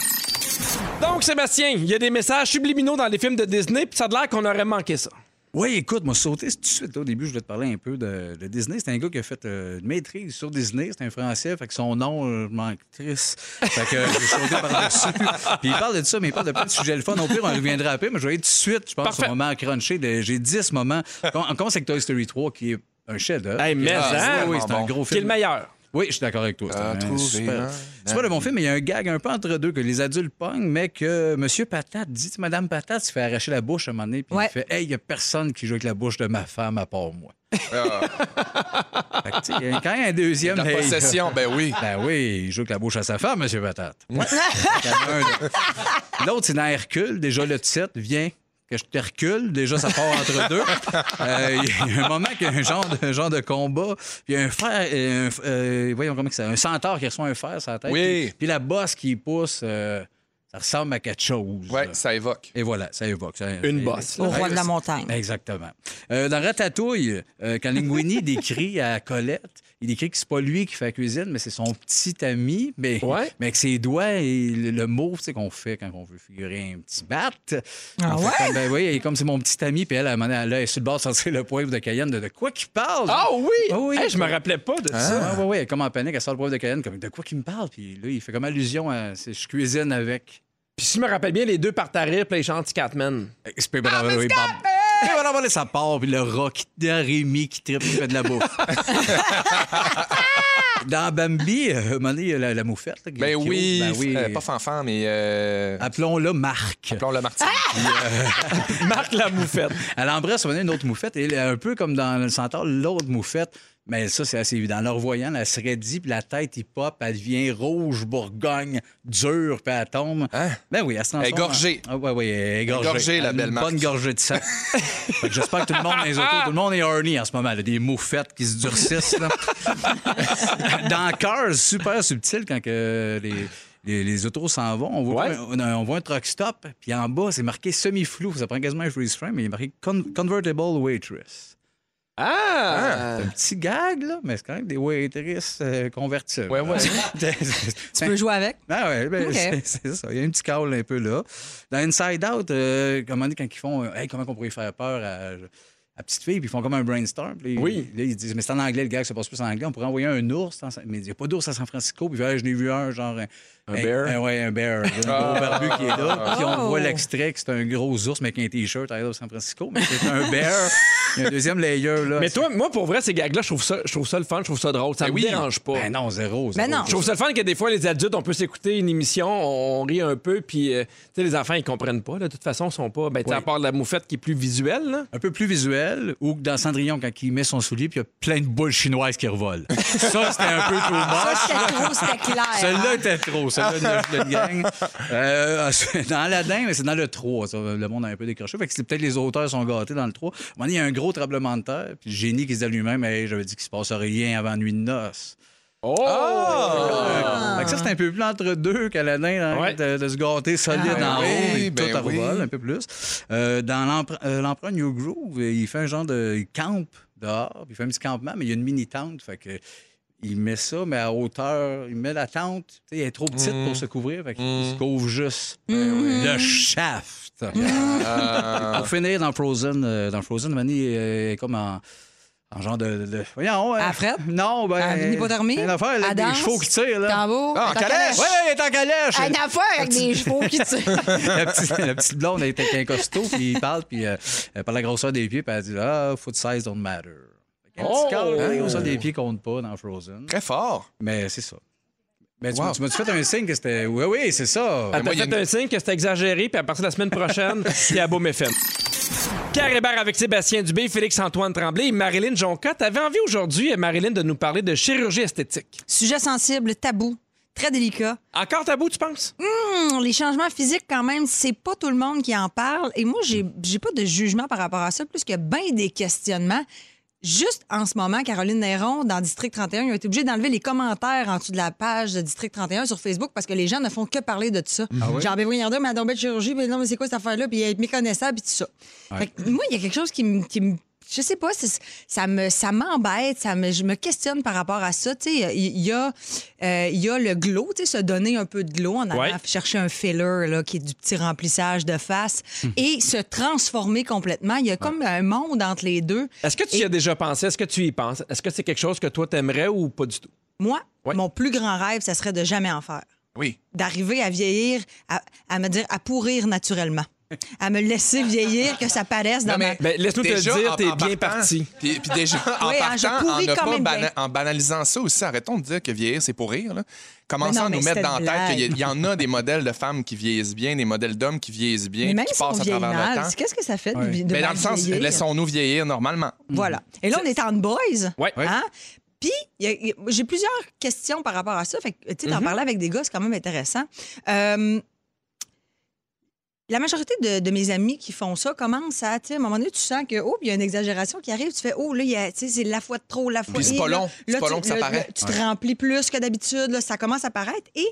B: Donc, Sébastien, il y a des messages subliminaux dans les films de Disney, puis ça a l'air qu'on aurait manqué ça.
D: Oui, écoute, moi, sauté tout de suite. là. Au début, je voulais te parler un peu de, de Disney. C'est un gars qui a fait euh, une maîtrise sur Disney. C'est un Français, fait que son nom, euh, je manque triste. Fait que euh, j'ai sauté par-dessus. Puis il parle de ça, mais il parle de plein de sujets le fun. Au pire, on reviendra après, mais je vais aller tout de suite, je pense,
B: Parfait.
D: au moment crunché. de- J'ai 10 moments. On on commence avec Toy Story 3, qui est un chef-d'œuvre.
B: Hey, mais
D: Ah,
B: hein?
D: oui, oui, c'est un gros
B: Qui est le
D: film.
B: meilleur?
D: Oui, je suis d'accord avec toi. C'est
A: Ah,
D: un
A: trouver un
D: super. C'est pas le bon film, mais il y a un gag un peu entre deux que les adultes pognent, mais que Monsieur Patate dit Madame Patate se fait arracher la bouche à un moment donné, puis
C: Ouais.
D: il fait Hey, il y a personne qui joue avec la bouche de ma femme à part moi. Fait que, tu sais, il y a quand même un deuxième.
A: Ah. La
D: hey, là.
A: possession, ben oui.
D: Ben oui, il joue avec la bouche à sa femme, Monsieur Patate. Fait qu'il y en a un, là. L'autre, c'est dans Hercule. Déjà, le titre vient que je te recule. Déjà, ça part entre deux. Euh, Il y a un moment qu'il y a un genre de, un genre de combat. Puis il y a un fer. euh, un- euh, voyons comment que c'est. Un centaure qui reçoit un fer sur la tête.
A: Oui.
D: Puis, puis la bosse qui pousse, euh, ça ressemble à quelque chose.
A: Ouais, ça évoque.
D: Et voilà, ça évoque. ça-
B: Une
D: ça-
B: bosse.
C: Au roi de la montagne.
D: Exactement. Euh, dans Ratatouille, euh, quand Linguini décrit à Colette, il décrit que c'est pas lui qui fait la cuisine, mais c'est son petit ami, mais,
B: Ouais.
D: mais avec ses doigts et le, le mot tu sais, qu'on fait quand on veut figurer un petit bat.
C: Ah
D: On fait
C: ouais?
D: comme, ben oui, et comme c'est mon petit ami, puis elle, à un moment donné, elle, est sur le bord de sortir le poivre de Cayenne, de, de quoi qu'il parle?
B: Ah oui!
D: Ah oui. Ah.
B: Hey, je me rappelais pas de ça.
D: Oui, oui, comme en panique, elle sort le poivre de Cayenne, comme de quoi qu'il me parle? Puis là, il fait comme allusion à c'est- je cuisine avec.
B: Puis si je me rappelle bien, les deux partent à rire, puis ils chantent Catman.
D: Eh, C'est pas bravo, oui, bam. Et voilà, voilà, ça part, puis le rock de Rémi qui tripe, qui fait de la bouffe. Dans Bambi, euh, à un moment donné, il y a la, la moufette. là, qui-
A: Ben
D: qui
A: oui, ben.
D: ouvre, ben oui.
A: euh, pas fanfan, mais euh,
D: Appelons-le Marc.
A: appelons-le
C: Ah!
A: Martin.
B: Marc la moufette.
D: Elle embrasse, on a une autre moufette, et elle est un peu comme dans le centaure, l'autre moufette. Mais ça, c'est assez évident. En le revoyant, elle se raidit, puis la tête, il pop, elle devient rouge, bourgogne, dure, puis elle tombe.
A: Hein?
D: Ben oui, elle se transforme.
A: Égorgée.
D: en- Ah, ouais, oui, égorgée.
A: Égorgée, la
D: Elle a
A: belle
D: une
A: Marthe.
D: Bonne gorgée de sang. Fait que J'espère que tout le monde dans les autos, tout le monde est horny en ce moment. là. Des moufettes qui se durcissent. là. dans Cars, super subtil quand que les. les, les autos s'en vont. On voit,
B: Ouais.
D: comme un- on, voit un truck stop, puis en bas, c'est marqué semi-flou. Ça prend quasiment un freeze frame, mais il est marqué con- Convertible Waitress.
B: Ah!
D: C'est un petit gag, là, mais c'est quand même des waitresses euh, convertibles.
A: Ouais, ouais.
C: Tu peux jouer avec?
D: Ah ouais, ben,
C: Ok.
D: c'est- c'est ça. Il y a un petit call un peu là. Dans Inside Out, euh, comment dire, quand ils font euh, Hey, comment on pourrait faire peur à la petite fille, puis ils font comme un brainstorm. puis là, ils-
B: Oui.
D: Là, ils disent, mais c'est en anglais, le gars, ça passe plus en anglais. On pourrait envoyer un ours, dans- mais il n'y a pas d'ours à San Francisco. Puis hey, je n'ai vu un, genre. Un, un-
B: bear? Ah.
D: un- ouais, un bear. Un gros barbu qui est là. Puis on
C: Oh.
D: voit l'extrait que c'est un gros ours, mais qui a un t-shirt à de San Francisco. Mais c'est un bear. Il y a un deuxième layer, là.
B: Mais toi, moi, pour vrai, ces gags-là, je trouve ça, je trouve ça le fun, je trouve ça drôle. Ça me dérange pas.
D: Ben non, zéro.
C: Ben
D: zéro.
C: non.
B: Je trouve ça le fun que des fois, les adultes, on peut s'écouter une émission, on on rit un peu, puis euh, tu sais, les enfants, ils comprennent pas. là. De toute façon, ils sont pas. Ben, tu sais, à part la moufette qui est plus visuelle, là.
D: un peu plus visuel, ou que dans Cendrillon, quand il met son soulier, puis il y a plein de boules chinoises qui revolent. Ça, c'était un peu trop
C: Ça,
D: moche.
C: c'était trop, c'était clair.
D: Celui-là
C: hein?
D: était trop, celui-là de notre gang. Euh, ensuite, dans Aladdin, mais c'est dans le 3, ça, le monde a un peu décroché. Fait que c'est peut-être les auteurs sont gâtés dans le 3. À un moment donné, il y a un gros tremblement de terre, puis le génie qui se dit à lui-même, hey, j'avais dit qu'il se passe rien avant nuit de noces.
B: Oh! Ah!
D: Fait que ça, c'est un peu plus entre deux qu'Aladin, hein,
B: Ouais.
D: de, de se gâter solide
A: Ah,
D: en haut,
A: oui,
D: et
A: ben
D: tout en
A: oui.
D: revol, un peu plus. Euh, dans l'empre- euh, l'empereur New Groove, il fait un genre de. Il campe dehors, puis il fait un petit campement, mais il y a une mini-tente, fait que. Il met ça, mais à hauteur. Il met la tente. tu sais, Elle est trop petite pour se couvrir. Fait qu'il se couvre juste. Le shaft.
A: Mm. Euh,
D: Pour finir dans Frozen, euh, dans Frozen, Manny est comme en, en genre de. de- Voyons. ouais.
C: À Fred?
D: Non, ben.
C: À l'hypothermie?
D: Une affaire,
J: À
D: là, des
J: danse?
D: chevaux qui tirent, là.
J: Tambour.
A: Ah, en
J: Attends,
A: calèche!
D: Ouais, elle est en calèche!
J: Une affaire avec des chevaux qui tirent.
D: la, petite, la petite blonde, elle était avec un costaud, puis il parle, puis euh, euh, par la grosseur des pieds, puis elle dit Ah, foot size don't matter. Fait qu'un petit câble, hein, La grosseur des pieds compte pas dans Frozen.
A: Très fort.
D: Mais c'est ça. Mais tu
A: Wow.
D: m'as- tu m'as-tu fait un signe que c'était. Oui, oui, c'est ça.
B: Elle t'a
A: Ben, moi, il y a
B: fait un signe que c'était exagéré, puis à partir de la semaine prochaine, c'est à Boom FM. Pierre Hébert avec Sébastien Dubé, Félix-Antoine Tremblay et Marilyn Jonca. T'avais envie aujourd'hui, euh, Marilyn, de nous parler de chirurgie esthétique.
C: Sujet sensible, tabou, très délicat.
B: Encore tabou, tu penses?
C: Hmm, les changements physiques, quand même, c'est pas tout le monde qui en parle. Et moi, j'ai j'ai pas de jugement par rapport à ça, plus que bien des questionnements. Juste en ce moment, Caroline Néron, dans District 31, ils ont été obligés d'enlever les commentaires en dessous de la page de District 31 sur Facebook parce que les gens ne font que parler de tout ça. Genre, ben voyons donc, mais elle a tombé de chirurgie, mais non, mais c'est quoi cette affaire-là, puis elle est méconnaissable, puis tout ça. Fait que moi, il y a quelque chose qui me... qui me- je sais pas, c'est- ça me ça m'embête, ça me, je me questionne par rapport à ça. Tu sais, il y a euh, il y a le glow, tu sais, se donner un peu de glow en allant
B: Ouais.
C: chercher un filler là, qui est du petit remplissage de face
A: Hmm.
C: et se transformer complètement. Il y a comme un monde entre les deux.
B: Est-ce que tu y as déjà pensé? Est-ce que tu y penses? Est-ce que c'est quelque chose que toi t'aimerais ou pas du tout?
C: Moi,
B: Ouais.
C: mon plus grand rêve, ça serait de jamais en faire.
A: Oui.
C: D'arriver à vieillir, à, à me dire à pourrir naturellement, à me laisser vieillir, que ça paraisse dans
A: Non, mais-
C: ma.
B: Ben, laisse-nous te le
A: Déjà,
B: dire,
A: en-
B: t'es
A: en
B: bien
A: partant,
B: parti.
A: Puis, puis déjà, en
C: Oui, hein, je
A: partant, en,
C: pourris
A: ne
C: quand
A: pas
C: même
A: bana-
C: bien.
A: en banalisant ça aussi, arrêtons de dire que vieillir, c'est pour rire. là.
C: Mais
A: Commençons
C: non,
A: à
C: mais
A: nous mettre
C: c'était
A: dans
C: une
A: la tête qu'il y a-
C: blague.
A: il y, en a des modèles de femmes qui vieillissent bien, des modèles d'hommes qui vieillissent bien,
C: Mais même
A: qui
C: si on
A: passent à
C: vieillit
A: travers
C: mal,
A: le temps.
C: qu'est-ce que ça fait de, vi- de
A: Mais dans
C: mal
A: le sens,
C: vieillir?
A: laissons-nous vieillir normalement.
C: Voilà. Et là, on est en boys.
B: Ouais.
C: Hein? Puis, il y a- il y a- j'ai plusieurs questions par rapport à ça. Fait que,
A: Mm-hmm.
C: tu sais, d'en parler avec des gars, c'est quand même intéressant. Euh, la majorité de, de mes amis qui font ça commencent à, tu sais, à un moment donné, tu sens que, oh, il y a une exagération qui arrive. Tu fais, oh, là, il y a- tu sais, c'est la fois de trop, la fois
A: Puis c'est
C: et
A: pas
C: là,
A: long. C'est
C: là,
A: pas
C: tu-
A: long que ça
C: là,
A: paraît.
C: là, Tu te remplis plus que d'habitude. là, Ça commence à paraître. Et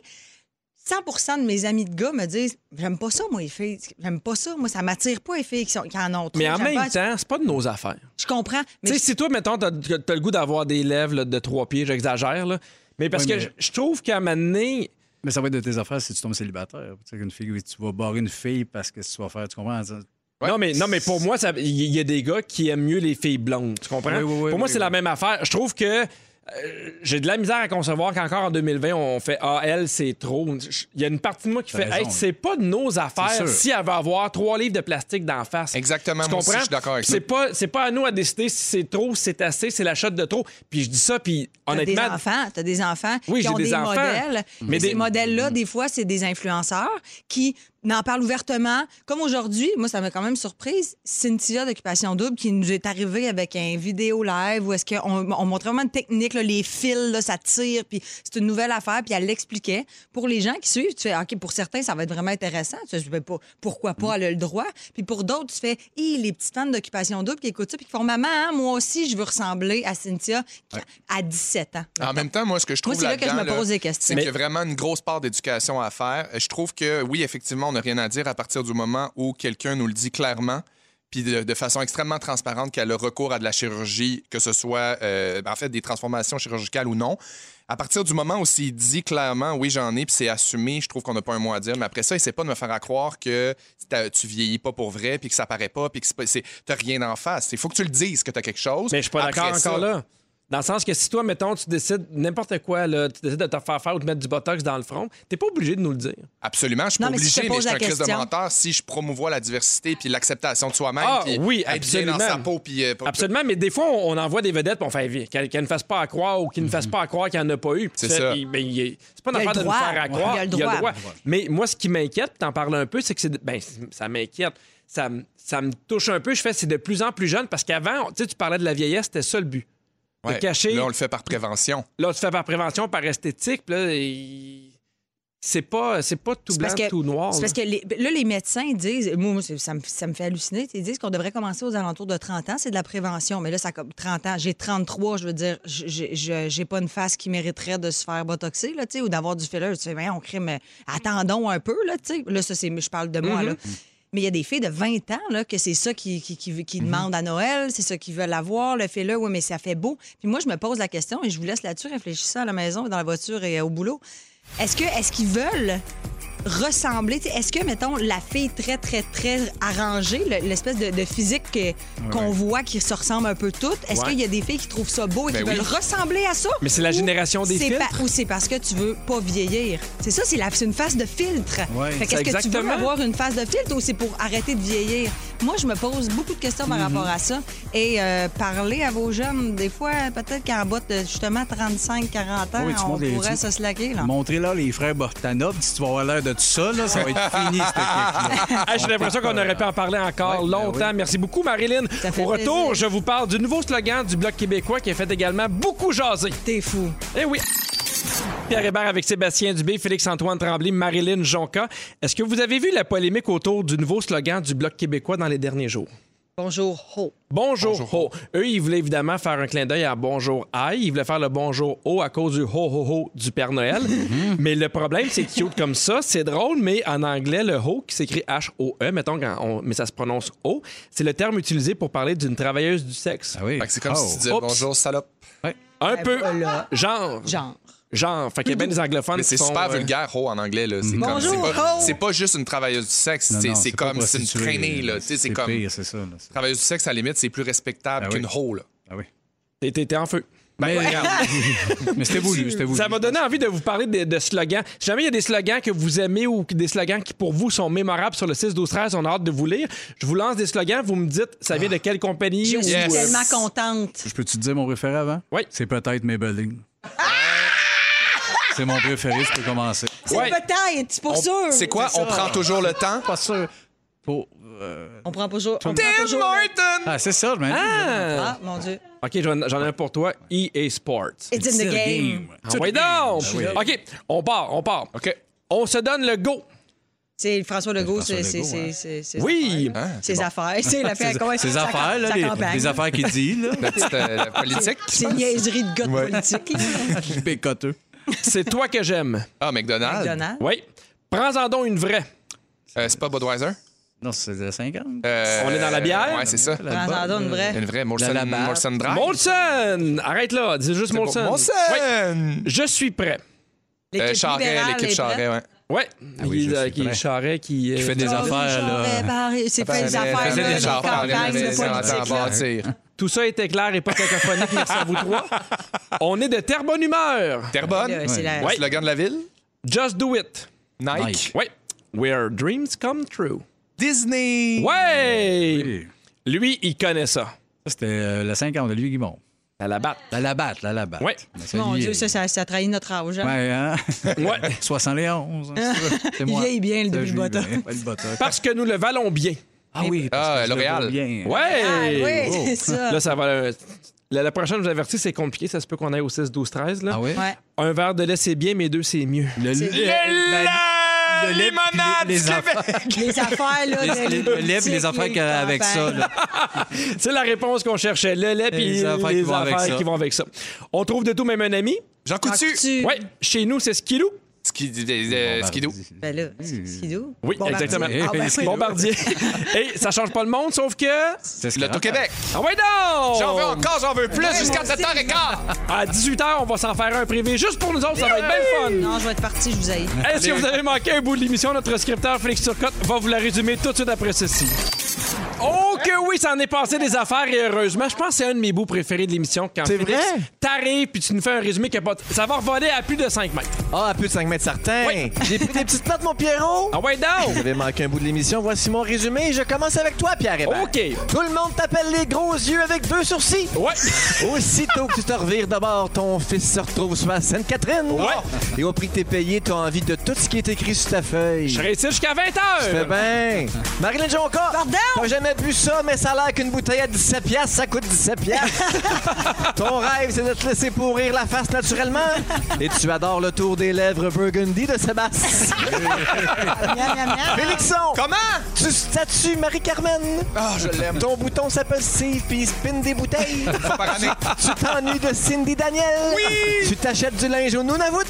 C: 100 de mes amis de gars me disent, j'aime pas ça, moi, les filles. J'aime pas ça. Moi, ça m'attire pas, les filles qui, sont, qui en ont trop.
B: Mais en
C: J'aime
B: même
C: pas-
B: temps, c'est pas de nos affaires.
C: Je comprends. Mais
B: Tu sais, si toi, mettons, t'as, t'as- t'as le goût d'avoir des lèvres là, de trois pieds, j'exagère, là. Mais parce
D: Oui,
B: que
D: mais-
B: je- je trouve qu'à un moment donné,
D: Mais ça va être de tes affaires si tu tombes célibataire. Tu sais, qu'une fille, tu vas barrer une fille parce que tu vas faire, tu comprends? Ça-
B: Non, mais, non, mais pour moi, ça- il y- y a des gars qui aiment mieux les filles blondes. Tu comprends?
D: Oui, oui, oui,
B: pour moi,
D: oui,
B: c'est la
D: oui.
B: même affaire. Je trouve que euh, j'ai de la misère à concevoir qu'encore en 2020, on fait Ah, elle, c'est trop. Je- Il y a une partie de moi qui
D: T'as
B: fait
D: raison,
B: Hey, c'est pas de nos affaires
D: sûr.
B: si elle va avoir trois livres de plastique d'en face.
A: Exactement,
B: Tu
A: moi aussi,
B: comprends?
A: je suis d'accord avec
B: Puis c'est pas C'est pas à nous à décider si c'est trop, si c'est assez, c'est la shot de trop. Puis je dis ça, puis
C: T'as des
B: honnêtement.
C: enfants, t'as des enfants
B: Oui,
C: qui
B: j'ai
C: ont
B: des
C: des,
B: enfants.
C: modèles.
B: Mais
C: Mais
B: des-
C: ces modèles-là, des fois, c'est des influenceurs qui n'en parle ouvertement. Comme aujourd'hui, moi, ça m'a quand même surprise, Cynthia d'Occupation Double qui nous est arrivée avec un vidéo live où est-ce qu'on on montrait vraiment une technique, là, les fils, là, ça tire, puis c'est une nouvelle affaire, puis elle l'expliquait. Pour les gens qui suivent, tu fais, OK, pour certains, ça va être vraiment intéressant. Tu fais, Ben, pour- pourquoi pas, elle a le droit. Puis pour d'autres, tu fais, Hi, les petits fans d'Occupation Double qui écoutent ça, puis qui font, maman, hein, moi aussi, je veux ressembler à Cynthia qui- à 17 ans.
A: En même temps, moi, ce que je
C: Moi,
A: trouve
C: c'est là que je
A: là-dedans,
C: me pose des questions.
A: c'est
C: Mais-
A: qu'il y a vraiment une grosse part d'éducation à faire. Je trouve que, oui, effectivement, on n'a rien à dire à partir du moment où quelqu'un nous le dit clairement, puis de, de façon extrêmement transparente, qu'elle a recours à de la chirurgie, que ce soit, euh, en fait, des transformations chirurgicales ou non. À partir du moment où s'il dit clairement, oui, j'en ai, puis c'est assumé, je trouve qu'on n'a pas un mot à dire. Mais après ça, essaie pas de me faire à croire que t'as- tu vieillis pas pour vrai, puis que ça paraît pas, puis que c'est pas- c'est- t'as rien en face. Il faut que tu le dises que t'as quelque chose. Mais je suis
B: pas d'accord encore là. Dans le sens que si toi, mettons, tu décides n'importe quoi, là, tu décides de te faire faire ou de mettre du botox dans le front, t'es pas obligé de nous le dire.
A: Absolument, je suis
B: Non,
A: pas
B: mais si je te
A: obligé, mais
B: pose
A: je suis
B: la
A: un crise de
B: question-
A: menteur si je promouvois la diversité puis l'acceptation de soi-même.
B: Ah,
A: puis
B: oui,
A: être bien
B: absolument.
A: dans sa peau, puis, euh, pas-
B: Absolument, mais des fois, on on envoie des vedettes pour on fait vivre. Qu'elles qu'elles ne fassent pas à croire ou qu'ils ne fassent pas à croire qu'il n'y en a pas eu. Puis
A: Mhm. C'est
B: tu fais,
A: ça.
B: il- ben, il est- c'est pas une
A: Il a le
B: affaire de nous
A: droit.
B: faire à
A: Ouais.
B: croire.
A: Il a le droit. Ouais.
B: Mais moi, ce qui m'inquiète, puis t'en parles un peu, c'est que c'est. de- Ben, c'est- ça m'inquiète. Ça, me- ça me touche un peu. Je fais, c'est de plus en plus jeune parce qu'avant, on- tu sais, tu parlais de la vieillesse, c'était ça le but. De
A: Ouais.
B: cacher.
A: Là, on le fait par prévention.
B: Là, tu fais par prévention, par esthétique. Puis là, il- c'est pas, c'est pas tout
C: C'est
B: blanc,
C: parce que-
B: tout noir.
C: C'est parce que les- ben, là, les médecins disent, moi, moi, c'est- ça, me, ça me fait halluciner, ils disent qu'on devrait commencer aux alentours de 30 ans, c'est de la prévention. Mais là, ça comme 30 ans, j'ai 33, je veux dire, je- je- je- j'ai pas une face qui mériterait de se faire botoxer, là, tu sais, ou d'avoir du filler. Tu sais, ben, on crée, mais attendons un peu, là, tu sais. Là, ça, c'est, je parle de moi,
K: Mhm.
C: là. Mais il y a des filles de 20 ans là, que c'est ça qui, qui, qui,
B: Mhm.
C: qui demandent à Noël, c'est ça qu'ils veulent avoir, le fait là, oui, mais ça fait beau. Puis moi, je me pose la question et je vous laisse là-dessus réfléchir ça à la maison, dans la voiture et euh, au boulot. Est-ce que est-ce qu'ils veulent ressembler? Tu sais, Est-ce que, mettons, la fille très, très, très arrangée, le- l'espèce de, de physique que- qu'on voit qui se ressemble un peu toutes, est-ce
B: Ouais.
C: qu'il y a des filles qui trouvent ça beau et
B: Ben
C: qui
B: oui.
C: veulent ressembler à ça?
B: Mais c'est la
C: Ou
B: génération des
C: c'est
B: filtres.
C: pa- ou c'est parce que tu veux pas vieillir. C'est ça, c'est la- c'est une phase de filtre.
B: Ouais.
C: Fait
B: C'est
C: qu'est-ce que tu veux
B: exactement.
C: avoir une phase de filtre ou c'est pour arrêter de vieillir? Moi, je me pose beaucoup de questions par rapport à ça. Et euh, parler à vos jeunes, des fois, peut-être qu'en bas de justement 35-40 ans,
D: Ah Oui, tu
C: Ah, on
D: montres les-
C: pourrait
D: tu-
C: se slacker. Là.
D: Montrez-leur les frères Bortanov. Si tu vas avoir l'air de tout ça, là, ça va être fini, cette équipe-là.
B: Ah, J'ai l'impression qu'on aurait pu en parler
C: ben
B: encore longtemps. Merci beaucoup, Marilyn. Au retour, je vous parle du nouveau slogan du Bloc québécois qui a fait également beaucoup jaser.
C: T'es fou.
B: Eh oui. Pierre Hébert avec Sébastien Dubé, Félix-Antoine Tremblay, Marilyn Jonca. Est-ce que vous avez vu la polémique autour du nouveau slogan du Bloc québécois dans les derniers jours?
C: Bonjour, ho.
B: Bonjour, ho. Eux, ils voulaient évidemment faire un clin d'œil à Bonjour, aïe. Ils voulaient faire le Bonjour, ho à cause du ho, ho, ho du Père Noël. mais le problème, c'est cute comme ça. C'est drôle, mais en anglais, le ho qui s'écrit H-O-E, mettons, quand on- mais ça se prononce ho, c'est le terme utilisé pour parler d'une travailleuse du sexe. Ah oui.
A: C'est comme
D: oh.
A: si tu disais bonjour, salope.
B: Un peu. Genre.
C: Genre.
B: Genre. Fait qu'il y a bien des anglophones
A: Mais
B: qui
A: c'est
B: sont,
A: super
B: euh,
A: vulgaire, ho, en anglais. là. C'est
B: Mhm.
A: comme- c'est
B: Bonjour,
A: pas,
B: ho.
A: c'est pas juste une travailleuse du sexe,
D: Non,
A: c'est
D: non,
A: c'est
D: c'est pas
A: comme c'est une
D: prostituée,
A: traînée. là. Tu sais, C'est
D: c'est
A: comme.
D: pire, c'est ça, là.
A: Travailleuse du sexe, à la limite, c'est plus respectable qu'une ho. là.
B: T'es- T'es t'es en feu.
A: Mais-
D: Ben, Mais c'était voulu, c'était voulu.
B: Ça m'a donné envie de vous parler de, de slogans. Si jamais il y a des slogans que vous aimez ou des slogans qui pour vous sont mémorables sur le 6 12 13, on a hâte de vous lire. Je vous lance des slogans, vous me dites ça vient de quelle compagnie
C: Je
B: ou-
C: suis tellement contente.
D: Je peux-tu te dire mon préféré avant?
B: Oui.
D: C'est peut-être Maybelline. c'est mon préféré, je peux commencer.
C: C'est peut-être, c'est pour
D: On-
C: sûr.
D: c'est quoi?
C: C'est
D: On
C: ça.
D: prend
A: Toujours le temps.
D: Pas sûr. Pour,
C: On prend toujours.
D: Tom-
C: on prend
D: Tim
C: toujours-
A: Horton!
D: Ah, c'est ça, je m'en
C: Ah,
B: Ah!
C: mon Dieu.
B: OK, j'en j'en ai un pour toi. EA Sports.
C: It's in the game.
B: Envoyez donc!
C: Ah oui.
B: OK, on part, on part.
A: OK.
B: On se donne le go.
C: C'est François Legault,
B: François
C: c'est c'est-
B: Legault,
C: c'est-
B: hein.
C: c'est- c'est-
B: Oui!
C: Ses affaires, c'est la
D: Ses-
C: fait comment-
D: ses
C: sa-
D: affaires, là,
C: sa
D: les-
C: campagne.
D: les affaires qu'il dit, là. La petite, euh, la
A: politique.
C: C'est une niaiserie de gars de
A: Ouais.
C: politique. là.
D: Pécoteux.
B: C'est toi que j'aime.
A: Ah, McDonald's.
C: McDonald's.
B: Oui. Prends-en donc une vraie.
A: Euh, c'est pas Budweiser?
D: Non, c'est de 50.
B: On est dans la bière?
A: Euh, Ouais, c'est ça.
C: Prends-en donc
D: euh,
C: une vraie.
A: Une vraie Molson, Molson Drive.
B: Molson! Arrête là, dis juste
A: C'est bon.
B: Molson.
A: Molson!
B: Oui. Je suis prêt.
A: L'équipe Euh, Charret, libérale l'équipe est Charret, prête.
B: Ouais. il, euh, qui, Charret qui,
D: fait des
B: euh,
D: affaires,
C: Oh, Charret,
D: là.
C: Barré, C'est fait des
A: Ben,
C: affaires,
A: faisait
C: là,
A: des
C: des
A: affaires,
C: euh, campagnes
A: faisait
C: de
A: des affaires,
C: politique. là.
A: bâtir.
B: Tout ça était clair et pas cacophonique, merci à vous trois. On est de terre bonne humeur.
A: Terrebonne?
B: Le- c'est la-
A: Le slogan de la ville?
B: Just do it.
A: Nike?
B: Oui. Where dreams come true.
A: Disney!
B: Ouais! Lui, il connaît ça.
D: Ça, c'était euh, le 50 de lui, Guimond.
B: La labatte.
D: La labatte, la labatte.
B: Oui.
C: Mon Dieu, ça, ça, ça trahit notre âge. hein?
D: Ouais, hein?
B: Ouais.
D: 71. hein, c'est ça. C'est
C: Il
D: moi.
C: vieillit bien, le
D: Ça,
C: début
D: je
C: du
D: l'ai
C: botox.
D: bien. Ouais, le botox.
B: Parce que nous le valons bien.
D: Ah oui, parce que
A: Ah,
D: je le
A: L'Oréal.
D: vois bien.
B: Ouais!
C: Ah, oui,
B: Oh.
C: c'est ça.
B: Là, ça va. euh, La, la prochaine, je vous avertis, c'est compliqué. Ça se peut qu'on aille au 6, 12, 13. Là.
D: Ah oui?
C: Ouais.
B: Un verre de lait, c'est bien, mais deux, c'est mieux.
D: Le, Ben,
C: C'est-
D: le-
C: Le
D: la-
A: La
D: le lait,
A: limonade
D: les-
A: du
D: les affaires-
A: Québec!
C: Les affaires, là.
D: les- les- le lait, puis les affaires qu'il y a avec ça. là.
B: C'est la réponse qu'on cherchait. Le lait, puis les affaires, qui, vont
D: avec ça.
B: avec ça. On trouve de tout, même un ami.
A: Jean Coutu!
C: Tu...
B: Ouais, chez nous, c'est Skidoo.
A: Ski- euh, Skidoo.
C: Ben là,
D: Hmm.
C: c'est c'est doux.
B: Oui,
C: Bombardier.
B: exactement.
C: Ah, ben oui.
B: Bombardier. Et ça change pas le monde, sauf que.
D: C'est ce que-
A: L'Auto-Québec!
B: Ah ouais, donc!
A: J'en veux encore, j'en veux plus jusqu'à 7h15!
B: À 18h, on va s'en faire un privé juste pour nous autres. Ça va être bien fun.
C: Non, je vais être parti, je vous aille.
B: Est-ce que vous avez manqué un bout de l'émission? Notre scripteur Félix Turcotte va vous la résumer tout de suite après ceci. Oh que oui, ça en est passé des affaires et heureusement, je pense que c'est un de mes bouts préférés de l'émission. Quand
K: C'est
B: Félix,
K: vrai?
B: T'arrives puis tu nous fais un résumé qui a pas... de- Ça va revoler à plus de 5 mètres.
K: Ah, à plus de 5 mètres certains.
B: Oui.
K: J'ai pris des petites pattes, mon Pierrot.
B: Ah ouais,
K: Vous
B: donc!
K: avez manqué un bout de l'émission. Voici mon résumé. Je commence avec toi, Pierre Hébert.
B: OK.
K: Tout le monde t'appelle les gros yeux avec deux sourcils.
B: Ouais!
K: Aussitôt que tu te revires de bord, ton fils se retrouve sur la Sainte-Catherine.
B: Ouais.
K: Et au prix que t'es payé, t'as envie de tout ce qui est écrit sur ta feuille.
B: Je serai ici jusqu'à
K: Fais
B: 20h!
K: bien. Marilyn Jonca.
C: Pardon?
K: T'as jamais bu ça, mais ça a l'air qu'une bouteille à 17 piastres, ça coûte 17 piastres. Ton rêve, c'est de te laisser pourrir la face naturellement. Et tu adores le tour des lèvres burgundy de Sébastien.
C: Miam, miam, miam.
K: Félixon.
A: Comment?
K: Tu statues Marie-Carmen.
A: Ah, je l'aime.
K: Ton bouton s'appelle Steve, puis il spin des bouteilles.
A: Par année.
K: tu t'ennuies de Cindy Daniel.
A: Oui.
K: Tu t'achètes du linge au Nunavut.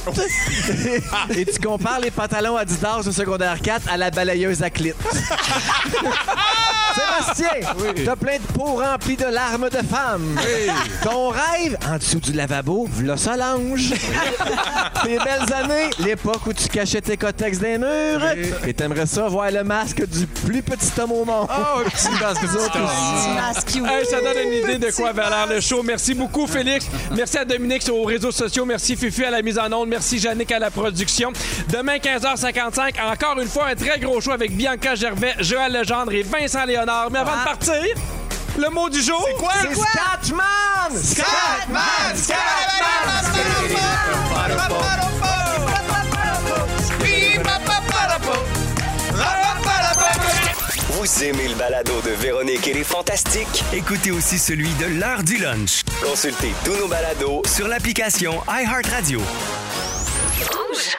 K: Et tu compares les pantalons Adidas au secondaire 4 à la balayeuse à clit. Sébastien, t'as plein de peaux remplies de larmes de femmes. Ton rêve, en dessous du lavabo, v'là Solange. Tes belles années, l'époque où tu cachais tes cotex des murs. Et t'aimerais ça voir le masque du plus petit homme au monde.
A: Oh, petit basket.
K: Nous autres aussi.
C: Petit masque, oui.
B: Hey, ça donne une idée de quoi valeur le show. Merci beaucoup, Félix. Merci à Dominique sur aux réseaux sociaux. Merci, Fifi, à la mise en onde. Merci, Yannick, à la production. Demain, 15h55, encore une fois, un très gros show avec Bianca Gervais, Joël Legendre et Vincent Léonard. Mais avant de partir, le mot du jour. Ah. C'est quoi?
K: C'est Scatman!
A: Scatman!
H: Vous aimez le balado de Véronique et les Fantastiques?
G: Écoutez aussi celui de l'heure du lunch
H: Consultez tous nos balados
G: sur l'application iHeartRadio.
F: Rouge.